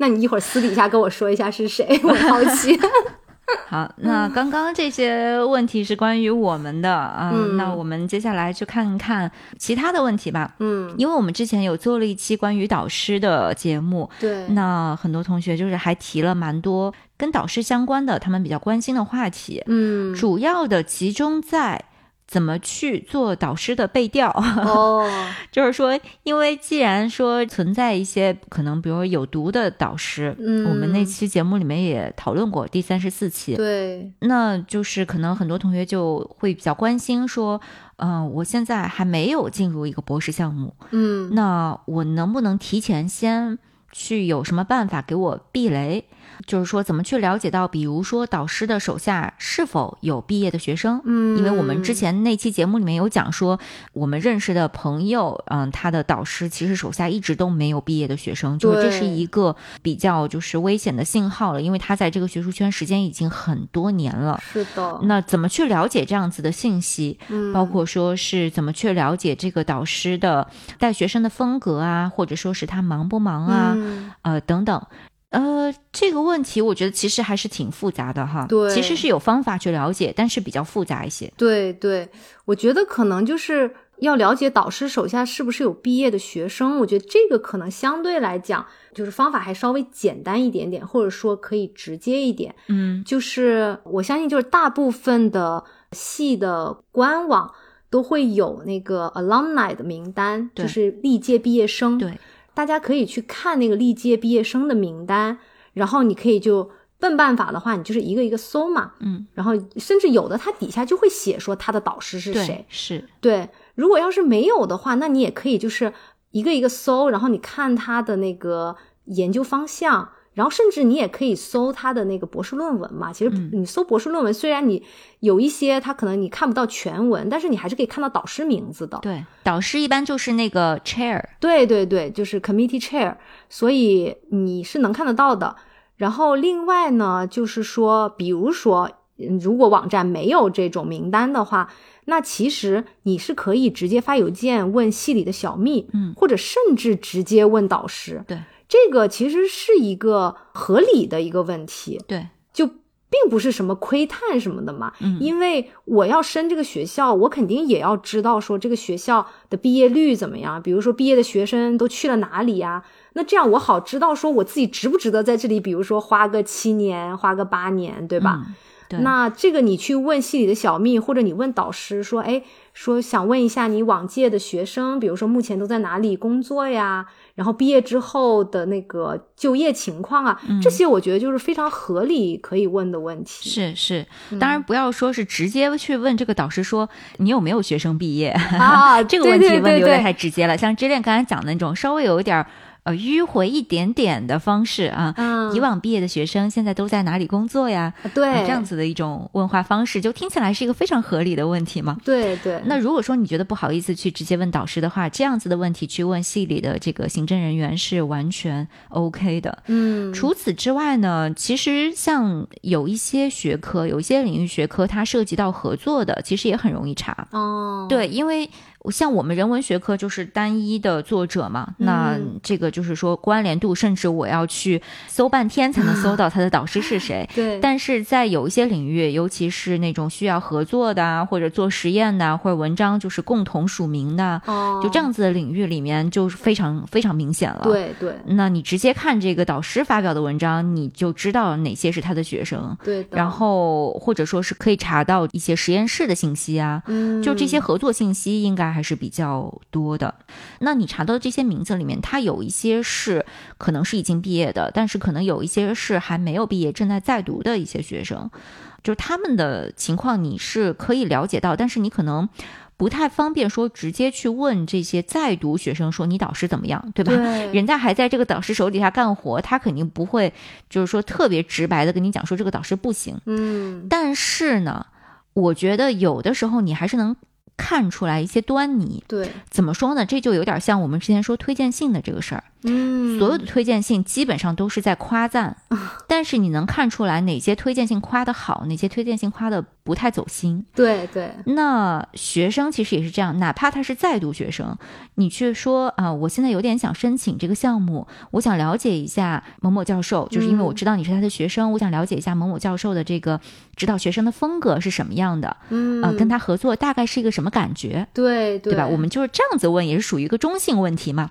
Speaker 1: 那你一会儿私底下跟我说一下是谁，我好奇。
Speaker 2: 好，
Speaker 1: 嗯
Speaker 2: 那刚刚这些问题是关于我们的啊、
Speaker 1: 嗯
Speaker 2: 那我们接下来去看看其他的问题吧。
Speaker 1: 嗯，
Speaker 2: 因为我们之前有做了一期关于导师的节目，
Speaker 1: 对，
Speaker 2: 那很多同学就是还提了蛮多跟导师相关的，他们比较关心的话题，
Speaker 1: 嗯，
Speaker 2: 主要的集中在怎么去做导师的背调。
Speaker 1: 哦，
Speaker 2: 就是说，因为既然说存在一些可能，比如有毒的导师，
Speaker 1: 嗯
Speaker 2: 我们那期节目里面也讨论过第三十四期，
Speaker 1: 对，
Speaker 2: 那就是可能很多同学就会比较关心说，嗯、我现在还没有进入一个博士项目，
Speaker 1: 嗯，
Speaker 2: 那我能不能提前先去有什么办法给我避雷？就是说，怎么去了解到，比如说导师的手下是否有毕业的学生？
Speaker 1: 嗯，
Speaker 2: 因为我们之前那期节目里面有讲说，我们认识的朋友，嗯，他的导师其实手下一直都没有毕业的学生，就是这是
Speaker 1: 对
Speaker 2: 一个比较就是危险的信号了，因为他在这个学术圈时间已经很多年了。
Speaker 1: 是的，
Speaker 2: 那怎么去了解这样子的信息？
Speaker 1: 嗯
Speaker 2: 包括说是怎么去了解这个导师的带学生的风格啊，或者说是他忙不忙啊，
Speaker 1: 嗯
Speaker 2: 呃等等。呃，这个问题我觉得其实还是挺复杂的哈。
Speaker 1: 对
Speaker 2: 其实是有方法去了解，但是比较复杂一些。
Speaker 1: 对对，我觉得可能就是要了解导师手下是不是有毕业的学生，我觉得这个可能相对来讲就是方法还稍微简单一点点，或者说可以直接一点。
Speaker 2: 嗯
Speaker 1: 就是我相信，就是大部分的系的官网都会有那个 alumni 的名单，
Speaker 2: 对
Speaker 1: 就是历届毕业生。
Speaker 2: 对，
Speaker 1: 大家可以去看那个历届毕业生的名单，然后你可以就笨办法的话，你就是一个一个搜嘛。
Speaker 2: 嗯，
Speaker 1: 然后甚至有的它底下就会写说他的导师是谁
Speaker 2: 对，。是，
Speaker 1: 对，如果要是没有的话，那你也可以就是一个一个搜，然后你看他的那个研究方向，然后甚至你也可以搜他的那个博士论文嘛。其实
Speaker 2: 嗯
Speaker 1: 你搜博士论文，虽然你有一些他可能你看不到全文，但是你还是可以看到导师名字的。
Speaker 2: 对，导师一般就是那个 chair，
Speaker 1: 对对对，就是 committee chair，所以你是能看得到的。然后另外呢，就是说，比如说，嗯如果网站没有这种名单的话，那其实你是可以直接发邮件问系里的小蜜，
Speaker 2: 嗯
Speaker 1: 或者甚至直接问导师。
Speaker 2: 对，
Speaker 1: 这个其实是一个合理的一个问题，
Speaker 2: 对，
Speaker 1: 就并不是什么窥探什么的嘛。
Speaker 2: 嗯，
Speaker 1: 因为我要升这个学校，我肯定也要知道说这个学校的毕业率怎么样，比如说毕业的学生都去了哪里呀、那这样我好知道说我自己值不值得在这里，比如说花个七年，花个八年，对吧？
Speaker 2: 嗯对
Speaker 1: 那这个你去问系里的小蜜，或者你问导师说，哎，说想问一下你往届的学生，比如说目前都在哪里工作呀？然后毕业之后的那个就业情况啊，这些我觉得就是非常合理可以问的问题。
Speaker 2: 嗯是是，
Speaker 1: 嗯
Speaker 2: 当然不要说是直接去问这个导师说你有没有学生毕业
Speaker 1: 啊
Speaker 2: 这个问
Speaker 1: 对
Speaker 2: 题
Speaker 1: 对
Speaker 2: 问的
Speaker 1: 对
Speaker 2: 有点
Speaker 1: 对
Speaker 2: 太直接了。像 Jillian 刚才讲的那种稍微有一点儿呃迂回一点点的方式啊，
Speaker 1: 嗯
Speaker 2: 以往毕业的学生现在都在哪里工作呀？
Speaker 1: 对、
Speaker 2: 啊这样子的一种问话方式，就听起来是一个非常合理的问题嘛。
Speaker 1: 对对，
Speaker 2: 那如果说你觉得不好意思去直接问导师的话，这样子的问题去问系里的这个行政人员是完全 OK 的。
Speaker 1: 嗯，
Speaker 2: 除此之外呢，其实像有一些学科，有一些领域学科，它涉及到合作的，其实也很容易查。
Speaker 1: 哦，
Speaker 2: 对，因为像我们人文学科就是单一的作者嘛，那
Speaker 1: 嗯
Speaker 2: 这个就是说关联度，甚至我要去搜半天才能搜到他的导师是谁。
Speaker 1: 对，
Speaker 2: 但是在有一些领域，尤其是那种需要合作的啊，或者做实验的啊，或者文章就是共同署名的啊，
Speaker 1: 哦，
Speaker 2: 就这，样子的领域里面，就是非常非常明显了。
Speaker 1: 对对
Speaker 2: 那你直接看这个导师发表的文章，你就知道哪些是他的学生，
Speaker 1: 对的，
Speaker 2: 然后或者说是可以查到一些实验室的信息啊，
Speaker 1: 嗯，
Speaker 2: 就这些合作信息应该还是比较多的。那你查到的这些名字里面，它有一些是可能是已经毕业的，但是可能有一些是还没有毕业、正在在读的一些学生，就是他们的情况你是可以了解到，但是你可能。不太方便说直接去问这些在读学生说你导师怎么样，对吧？
Speaker 1: 对
Speaker 2: 人家还在这个导师手底下干活，他肯定不会就是说特别直白的跟你讲说这个导师不行。
Speaker 1: 嗯，
Speaker 2: 但是呢，我觉得有的时候你还是能看出来一些端倪。
Speaker 1: 对，
Speaker 2: 怎么说呢？这就有点像我们之前说推荐信的这个事儿，
Speaker 1: 嗯，
Speaker 2: 所有的推荐信基本上都是在夸赞，但是你能看出来哪些推荐信夸得好，哪些推荐信夸得不太走心。
Speaker 1: 对对，
Speaker 2: 那学生其实也是这样，哪怕他是在读学生，你去说啊、我现在有点想申请这个项目，我想了解一下某某教授，就是因为我知道你是他的学
Speaker 1: 嗯
Speaker 2: 生，我想了解一下某某教授的这个指导学生的风格是什么样的，
Speaker 1: 嗯，
Speaker 2: 啊、跟他合作大概是一个什么感觉，
Speaker 1: 对对
Speaker 2: 对吧？我们就是这样子问，也是属于一个中性问题嘛。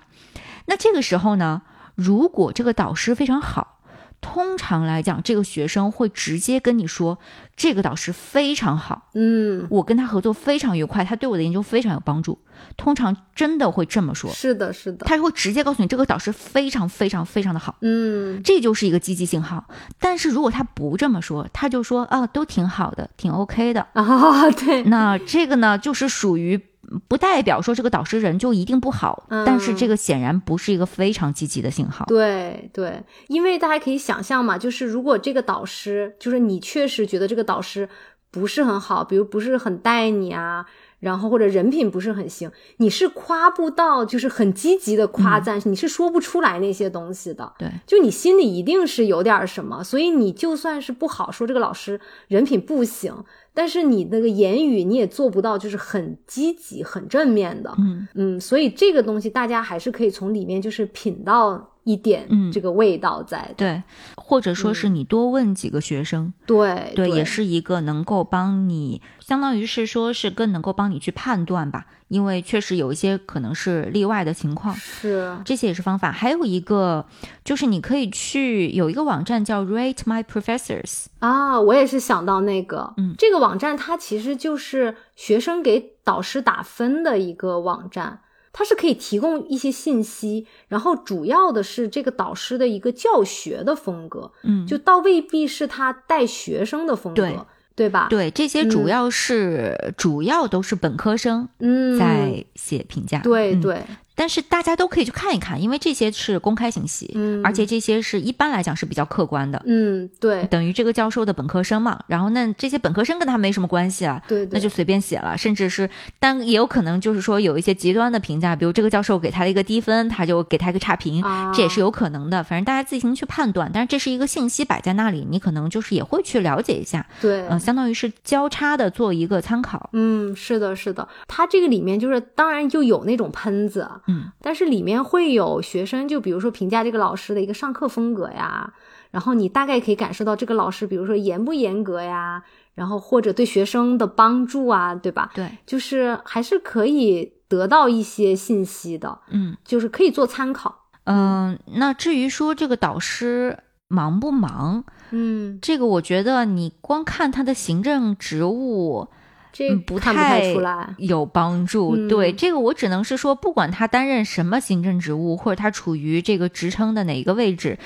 Speaker 2: 那这个时候呢，如果这个导师非常好，通常来讲，这个学生会直接跟你说，这个导师非常好。
Speaker 1: 嗯，
Speaker 2: 我跟他合作非常愉快，他对我的研究非常有帮助。通常真的会这么说，
Speaker 1: 是的，是的，
Speaker 2: 他会直接告诉你这个导师非常非常非常的好，
Speaker 1: 嗯，
Speaker 2: 这就是一个积极信号。但是如果他不这么说，他就说啊都挺好的，挺 OK 的。
Speaker 1: 啊， 对，
Speaker 2: 那这个呢，就是属于不代表说这个导师人就一定不好，
Speaker 1: 嗯
Speaker 2: 但是这个显然不是一个非常积极的信号。
Speaker 1: 对对，因为大家可以想象嘛，就是如果这个导师，就是你确实觉得这个导师不是很好，比如不是很带你啊，然后或者人品不是很行，你是夸不到，就是很积极的夸赞，你是说不出来那些东西的。
Speaker 2: 对
Speaker 1: 就你心里一定是有点儿什么，所以你就算是不好说这个老师人品不行，但是你那个言语你也做不到，就是很积极、很正面的。
Speaker 2: 嗯，
Speaker 1: 嗯，所以这个东西大家还是可以从里面就是品到一点
Speaker 2: 嗯
Speaker 1: 这个味道在。
Speaker 2: 对，或者
Speaker 1: 嗯
Speaker 2: 说是你多问几个学生，
Speaker 1: 对
Speaker 2: 对，也是一个能够帮你，相当于是说是更能够帮你去判断吧，因为确实有一些可能是例外的情况。
Speaker 1: 是
Speaker 2: 这些也是方法，还有一个就是你可以去有一个网站叫 Rate My Professors，
Speaker 1: 啊，我也是想到那个，
Speaker 2: 嗯
Speaker 1: 这个网站它其实就是学生给导师打分的一个网站，它是可以提供一些信息，然后主要的是这个导师的一个教学的风格，
Speaker 2: 嗯，
Speaker 1: 就倒未必是他带学生的风格，
Speaker 2: 对
Speaker 1: 对吧？，
Speaker 2: 对，这些主
Speaker 1: 嗯
Speaker 2: 要是、主要都是本科生
Speaker 1: 嗯，
Speaker 2: 在写评价，
Speaker 1: 对
Speaker 2: 嗯
Speaker 1: 对，
Speaker 2: 但是大家都可以去看一看，因为这些是公开信息，
Speaker 1: 嗯
Speaker 2: 而且这些是一般来讲是比较客观的，
Speaker 1: 嗯，对
Speaker 2: 等于这个教授的本科生嘛，然后那这些本科生跟他没什么关系啊。
Speaker 1: 对对，
Speaker 2: 那就随便写了，甚至是，但也有可能就是说有一些极端的评价，比如这个教授给他的一个低分，他就给他一个差评，
Speaker 1: 啊
Speaker 2: 这也是有可能的。反正大家自行去判断，但是这是一个信息摆在那里，你可能就是也会去了解一下，
Speaker 1: 对，
Speaker 2: 嗯、相当于是交叉的做一个参考。
Speaker 1: 嗯，是的，是的，它这个里面就是，当然就有那种喷子，啊
Speaker 2: 嗯，
Speaker 1: 但是里面会有学生，就比如说评价这个老师的一个上课风格呀，然后你大概可以感受到这个老师，比如说严不严格呀，然后或者对学生的帮助啊，对吧？
Speaker 2: 对，
Speaker 1: 就是还是可以得到一些信息的，
Speaker 2: 嗯
Speaker 1: 就是可以做参考。
Speaker 2: 嗯、那至于说这个导师忙不忙，
Speaker 1: 嗯，
Speaker 2: 这个我觉得你光看他的行政职务
Speaker 1: 这
Speaker 2: 嗯不
Speaker 1: 看不太出来。
Speaker 2: 有帮助。
Speaker 1: 嗯
Speaker 2: 对这个，我只能是说，不管他担任什么行政职务，或者他处于这个职称的哪一个位置，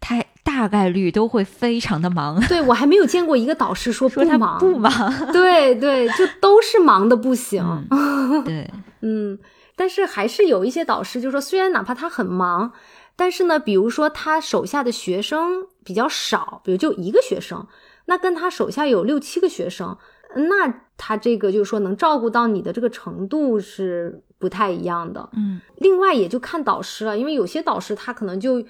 Speaker 2: 他大概率都会非常的忙。
Speaker 1: 对我还没有见过一个导师说不
Speaker 2: 说 他
Speaker 1: 忙，
Speaker 2: 不忙，
Speaker 1: 对对，就都是忙的不行。
Speaker 2: 嗯对，
Speaker 1: 嗯，但是还是有一些导师，就是说虽然哪怕他很忙，但是呢，比如说他手下的学生比较少，比如就一个学生，那跟他手下有六七个学生，那他这个就是说能照顾到你的这个程度是不太一样的。
Speaker 2: 嗯
Speaker 1: 另外也就看导师了，因为有些导师他可能就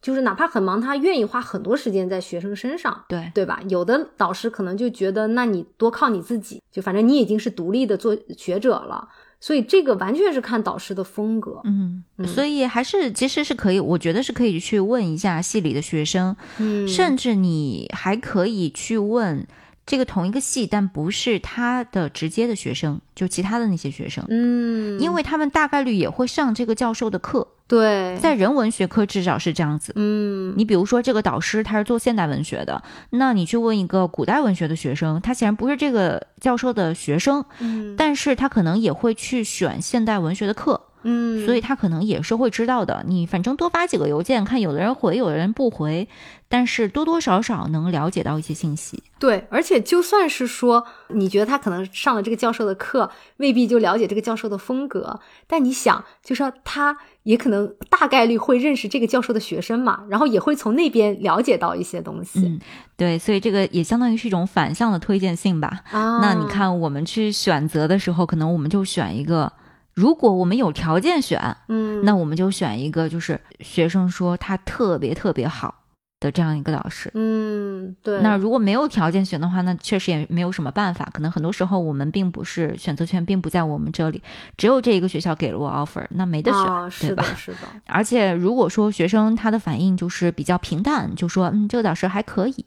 Speaker 1: 就是哪怕很忙，他愿意花很多时间在学生身上。
Speaker 2: 对，
Speaker 1: 对吧？有的导师可能就觉得，那你多靠你自己，就反正你已经是独立的做学者了，所以这个完全是看导师的风格。
Speaker 2: 嗯，
Speaker 1: 嗯
Speaker 2: 所以还是其实是可以，我觉得是可以去问一下系里的学生，
Speaker 1: 嗯
Speaker 2: 甚至你还可以去问这个同一个系，但不是他的直接的学生，就其他的那些学生。
Speaker 1: 嗯，
Speaker 2: 因为他们大概率也会上这个教授的课，
Speaker 1: 对，
Speaker 2: 在人文学科至少是这样子。
Speaker 1: 嗯
Speaker 2: 你比如说，这个导师他是做现代文学的，那你去问一个古代文学的学生，他显然不是这个教授的学生，
Speaker 1: 嗯
Speaker 2: 但是他可能也会去选现代文学的课，
Speaker 1: 嗯，
Speaker 2: 所以他可能也是会知道的。你反正多发几个邮件，看有的人回，有的人不回，但是多多少少能了解到一些信息。
Speaker 1: 对，而且就算是说，你觉得他可能上了这个教授的课，未必就了解这个教授的风格，但你想，就说他也可能大概率会认识这个教授的学生嘛，然后也会从那边了解到一些东西。
Speaker 2: 嗯对，所以这个也相当于是一种反向的推荐性吧。
Speaker 1: 啊，
Speaker 2: 那你，看，我们去选择的时候，可能我们就选一个，如果我们有条件选，
Speaker 1: 嗯，
Speaker 2: 那我们就选一个，就是学生说他特别特别好的这样一个老师。
Speaker 1: 嗯，对，
Speaker 2: 那如果没有条件选的话，那确实也没有什么办法。可能很多时候我们并不是选择权并不在我们这里，只有这一个学校给了我 offer，那没得选，
Speaker 1: 啊，
Speaker 2: 对
Speaker 1: 是的
Speaker 2: 吧，？
Speaker 1: 是 的，
Speaker 2: 而且如果说学生他的反应就是比较平淡，就说嗯这个导师还可以，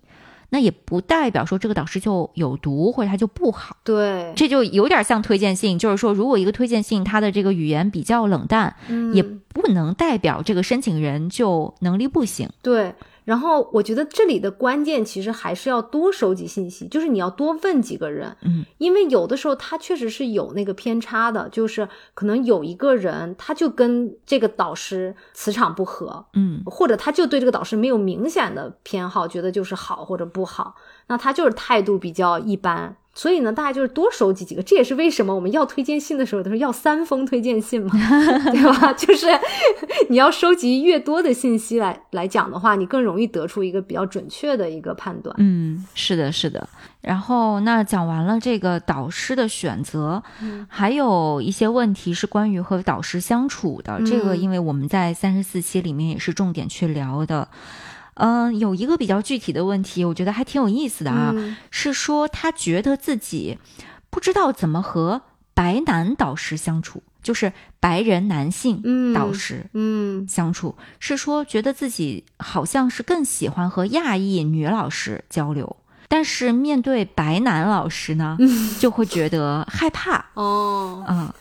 Speaker 2: 那也不代表说这个导师就有毒或者他就不好。
Speaker 1: 对，
Speaker 2: 这就有点像推荐信，就是说，如果一个推荐信它的这个语言比较冷淡，也
Speaker 1: 嗯
Speaker 2: 不能代表这个申请人就能力不行。
Speaker 1: 对。然后我觉得这里的关键其实还是要多收集信息，就是你要多问几个人，
Speaker 2: 嗯，
Speaker 1: 因为有的时候他确实是有那个偏差的，就是可能有一个人他就跟这个导师磁场不合，
Speaker 2: 嗯，
Speaker 1: 或者他就对这个导师没有明显的偏好，觉得就是好或者不好，那他就是态度比较一般。所以呢，大家就是多收集几个，这也是为什么我们要推荐信的时候，都是要三封推荐信嘛， 对吧？ 就是你要收集越多的信息来来讲的话，你更容易得出一个比较准确的一个判断。
Speaker 2: 嗯，是的，是的。然后那讲完了这个导师的选择，
Speaker 1: 嗯
Speaker 2: 还有一些问题是关于和导师相处的。
Speaker 1: 嗯
Speaker 2: 这个因为我们在三十四期里面也是重点去聊的。嗯，有一个比较具体的问题，我觉得还挺有意思的啊，
Speaker 1: 嗯
Speaker 2: 是说他觉得自己不知道怎么和白男导师相处。就是白人男性
Speaker 1: 嗯
Speaker 2: 导师
Speaker 1: 嗯
Speaker 2: 相处，是说觉得自己好像是更喜欢和亚裔女老师交流，但是面对白男老师呢，就会觉得害怕啊、
Speaker 1: 哦，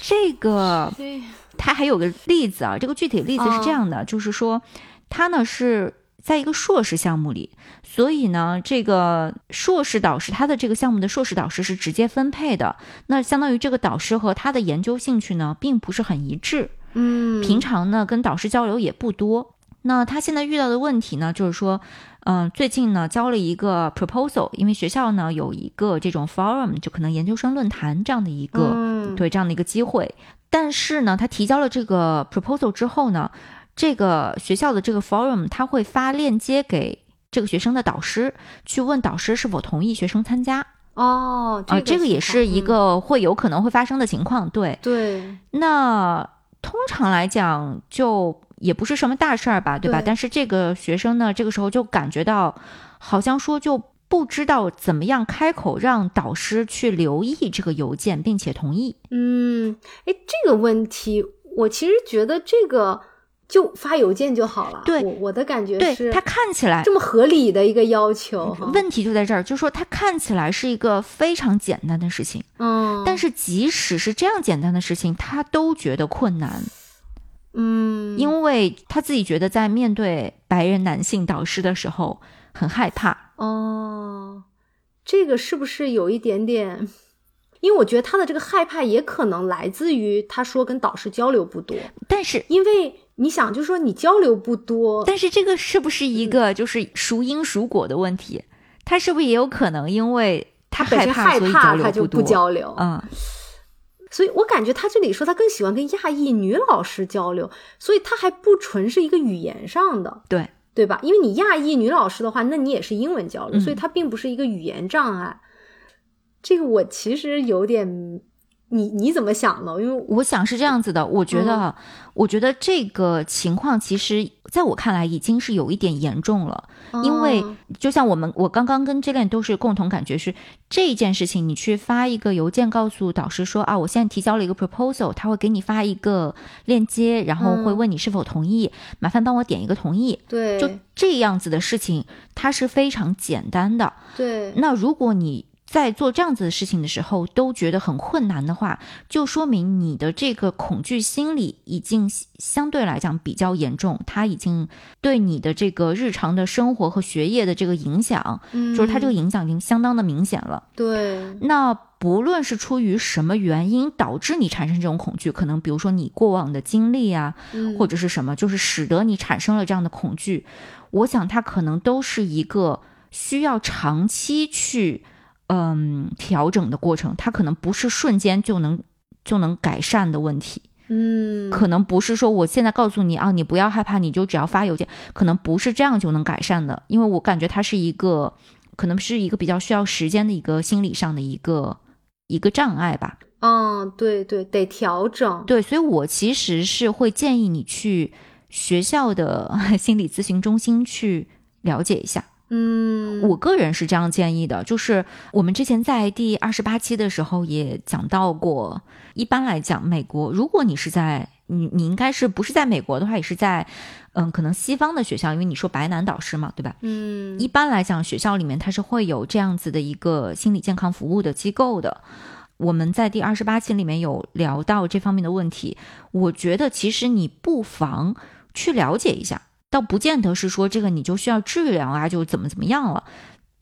Speaker 2: 这个
Speaker 1: 对，
Speaker 2: 他还有个例子啊，这个具体例子是这样的，就是说他呢是在一个硕士项目里，所以呢，这个硕士导师他的这个项目的硕士导师是直接分配的，那相当于这个导师和他的研究兴趣呢并不是很一致，
Speaker 1: 嗯，
Speaker 2: 平常呢跟导师交流也不多。那他现在遇到的问题呢，就是说，嗯、最近呢交了一个 proposal，因为学校呢有一个这种 forum，就可能研究生论坛这样的一个、
Speaker 1: 嗯
Speaker 2: 对这样的一个机会。但是呢，他提交了这个 proposal 之后呢，这个学校的这个 forum 他会发链接给这个学生的导师，去问导师是否同意学生参加。
Speaker 1: 哦，
Speaker 2: 啊、这个也
Speaker 1: 情况
Speaker 2: 是一
Speaker 1: 嗯
Speaker 2: 个会有可能会发生的情况。对，
Speaker 1: 对，
Speaker 2: 那通常来讲，就也不是什么大事儿吧，对吧？
Speaker 1: 对
Speaker 2: 但是这个学生呢，这个时候就感觉到，好像说就不知道怎么样开口让导师去留意这个邮件，并且同意。
Speaker 1: 嗯，哎，这个问题，我其实觉得这个就发邮件就好了。
Speaker 2: 对
Speaker 1: 我我的感觉
Speaker 2: 对
Speaker 1: 是
Speaker 2: 他看起来
Speaker 1: 这么合理的一个要求哈。
Speaker 2: 问题就在这儿，就是说它看起来是一个非常简单的事情，
Speaker 1: 嗯，
Speaker 2: 但是即使是这样简单的事情，他都觉得困难，
Speaker 1: 嗯，
Speaker 2: 因为他自己觉得在面对白人男性导师的时候很害怕。
Speaker 1: 哦，这个是不是有一点点？因为我觉得他的这个害怕也可能来自于他说跟导师交流不多，
Speaker 2: 但是，
Speaker 1: 因为你想，就是说你交流不多，
Speaker 2: 但是这个是不是一个
Speaker 1: 嗯
Speaker 2: 就是孰因孰果的问题？他是不是也有可能因为他
Speaker 1: 他本身
Speaker 2: 害
Speaker 1: 害
Speaker 2: 所以
Speaker 1: 怕
Speaker 2: 流
Speaker 1: 他就
Speaker 2: 不多？
Speaker 1: 不交流。
Speaker 2: 嗯，
Speaker 1: 所以我感觉他这里说他更喜欢跟亚裔女老师交流，所以他还不纯是一个语言上的，
Speaker 2: 对
Speaker 1: 对吧？因为你亚裔女老师的话，那你也是英文交流，
Speaker 2: 嗯
Speaker 1: 所以他并不是一个语言障碍。这个我其实有点，你你怎么想呢？因为
Speaker 2: 我想是这样子的，我觉
Speaker 1: 嗯
Speaker 2: 得，啊，我觉得这个情况其实在我看来已经是有一点严重了，因为
Speaker 1: 哦
Speaker 2: 就像我们我刚刚跟 j i l 都是共同感觉是这件事情，你去发一个邮件告诉导师说啊，我现在提交了一个 proposal，他会给你发一个链接，然后会
Speaker 1: 嗯
Speaker 2: 问你是否同意，麻烦帮我点一个同意，
Speaker 1: 对
Speaker 2: 就这样子的事情，它是非常简单的，
Speaker 1: 对，
Speaker 2: 那如果你在做这样子的事情的时候都觉得很困难的话，就说明你的这个恐惧心理已经相对来讲比较严重，它已经对你的这个日常的生活和学业的这个影响，
Speaker 1: 嗯
Speaker 2: 就是它这个影响已经相当的明显了。
Speaker 1: 对，
Speaker 2: 那不论是出于什么原因导致你产生这种恐惧，可能比如说你过往的经历啊，
Speaker 1: 嗯
Speaker 2: 或者是什么，就是使得你产生了这样的恐惧。我想它可能都是一个需要长期去嗯调整的过程，它可能不是瞬间就能就能改善的问题，
Speaker 1: 嗯
Speaker 2: 可能不是说我现在告诉你啊，你不要害怕，你就只要发邮件，可能不是这样就能改善的，因为我感觉它是一个可能是一个比较需要时间的一个心理上的一个一个障碍吧。
Speaker 1: 嗯，对对，得调整。
Speaker 2: 对，所以我其实是会建议你去学校的 心理咨询中心去了解一下。
Speaker 1: 嗯，
Speaker 2: 我个人是这样建议的，就是我们之前在第二十八期的时候也讲到过，一般来讲，美国如果你是在你你应该是不是在美国的话，也是在嗯可能西方的学校，因为你说白男导师嘛，对吧？
Speaker 1: 嗯
Speaker 2: 一般来讲，学校里面它是会有这样子的一个心理健康服务的机构的。我们在第二十八期里面有聊到这方面的问题，我觉得其实你不妨去了解一下，倒不见得是说这个你就需要治疗啊，就怎么怎么样了。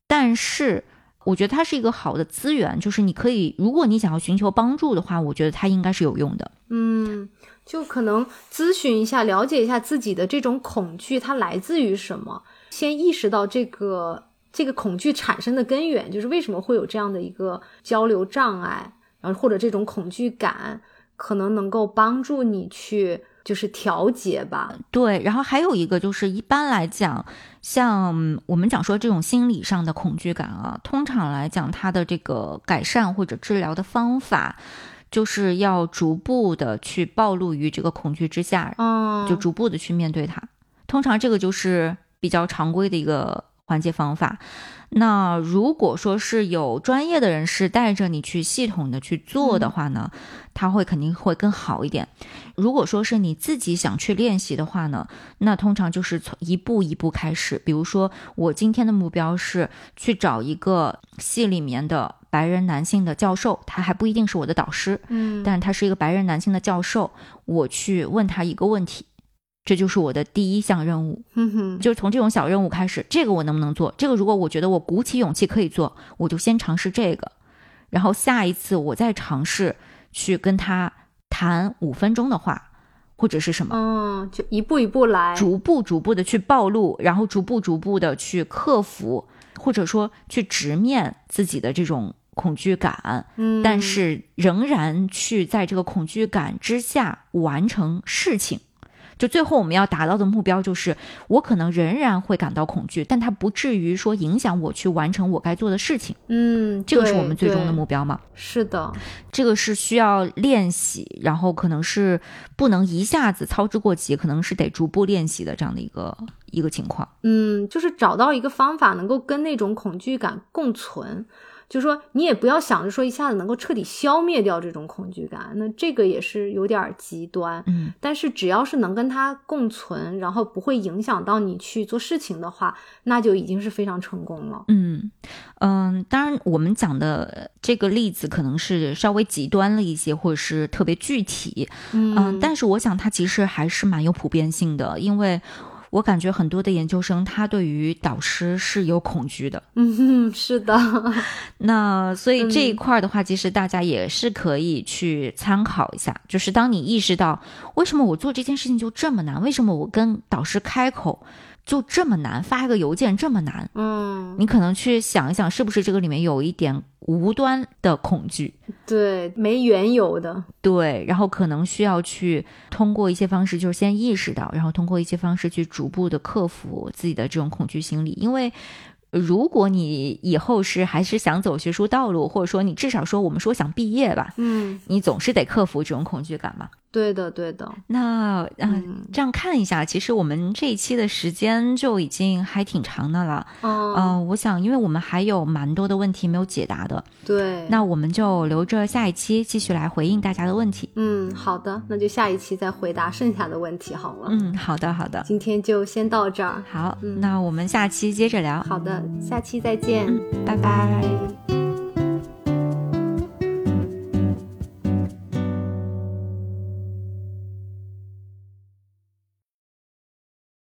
Speaker 2: 但是我觉得它是一个好的资源，就是你可以，如果你想要寻求帮助的话，我觉得它应该是有用的。
Speaker 1: 嗯，就可能咨询一下，了解一下自己的这种恐惧，它来自于什么？先意识到这个这个恐惧产生的根源，就是为什么会有这样的一个交流障碍，然后或者这种恐惧感，可能能够帮助你去就是调节吧。
Speaker 2: 对，然后还有一个就是，一般来讲，像我们讲说这种心理上的恐惧感啊，通常来讲，它的这个改善或者治疗的方法，就是要逐步的去暴露于这个恐惧之下，
Speaker 1: 嗯，
Speaker 2: 就逐步的去面对它。通常这个就是比较常规的一个缓解方法。那如果说是有专业的人士带着你去系统的去做的话呢，他会肯定会更好一点。如果说是你自己想去练习的话呢，那通常就是从一步一步开始。比如说，我今天的目标是去找一个系里面的白人男性的教授，他还不一定是我的导师，
Speaker 1: 嗯，
Speaker 2: 但他是一个白人男性的教授，我去问他一个问题，这就是我的第一项任务。
Speaker 1: 哼嗯哼，
Speaker 2: 就是从这种小任务开始，这个我能不能做？这个如果我觉得我鼓起勇气可以做，我就先尝试这个，然后下一次我再尝试去跟他谈五分钟的话，或者是什么，
Speaker 1: 嗯，就一步一步来，
Speaker 2: 逐步逐步的去暴露，然后逐步逐步的去克服，或者说去直面自己的这种恐惧感，
Speaker 1: 嗯，
Speaker 2: 但是仍然去在这个恐惧感之下完成事情。就最后我们要达到的目标就是，我可能仍然会感到恐惧，但它不至于说影响我去完成我该做的事情。
Speaker 1: 嗯，
Speaker 2: 这个是
Speaker 1: 对
Speaker 2: 我们最终的
Speaker 1: 对
Speaker 2: 目标嘛？
Speaker 1: 是的，
Speaker 2: 这个是需要练习，然后可能是不能一下子操之过急，可能是得逐步练习的这样的一个一个情况。
Speaker 1: 嗯，就是找到一个方法能够跟那种恐惧感共存，就是说你也不要想着说一下子能够彻底消灭掉这种恐惧感，那这个也是有点儿极端。
Speaker 2: 嗯，
Speaker 1: 但是只要是能跟它共存，然后不会影响到你去做事情的话，那就已经是非常成功了。
Speaker 2: 嗯嗯，当然，我们讲的这个例子可能是稍微极端了一些，或者是特别具体。
Speaker 1: 嗯
Speaker 2: 嗯，但是我想它其实还是蛮有普遍性的，因为我感觉很多的研究生他对于导师是有恐惧的。
Speaker 1: 嗯 哼，是的，
Speaker 2: 那所以这一
Speaker 1: 嗯
Speaker 2: 块儿的话，其实大家也是可以去参考一下，就是当你意识到为什么我做这件事情就这么难，为什么我跟导师开口就这么难，发一个邮件这么难，
Speaker 1: 嗯，
Speaker 2: 你可能去想一想，是不是这个里面有一点无端的恐惧？
Speaker 1: 对，没缘由的，
Speaker 2: 对，然后可能需要去通过一些方式，就是先意识到，然后通过一些方式去逐步的克服自己的这种恐惧心理。因为如果你以后是还是想走学术道路，或者说你至少说我们说想毕业吧，
Speaker 1: 嗯，
Speaker 2: 你总是得克服这种恐惧感嘛。
Speaker 1: 对的，对的，
Speaker 2: 那嗯、
Speaker 1: 嗯
Speaker 2: 这样看一下，其实我们这一期的时间就已经还挺长的了。嗯、
Speaker 1: 嗯，
Speaker 2: 我想，因为我们还有蛮多的问题没有解答的，
Speaker 1: 对，
Speaker 2: 那我们就留着下一期继续来回应大家的问题。
Speaker 1: 嗯，好的，那就下一期再回答剩下的问题好了。
Speaker 2: 嗯，好的，好的，
Speaker 1: 今天就先到这儿，
Speaker 2: 好，
Speaker 1: 嗯
Speaker 2: 那我们下期接着聊，
Speaker 1: 好的，下期再见，
Speaker 2: 嗯拜
Speaker 1: 拜拜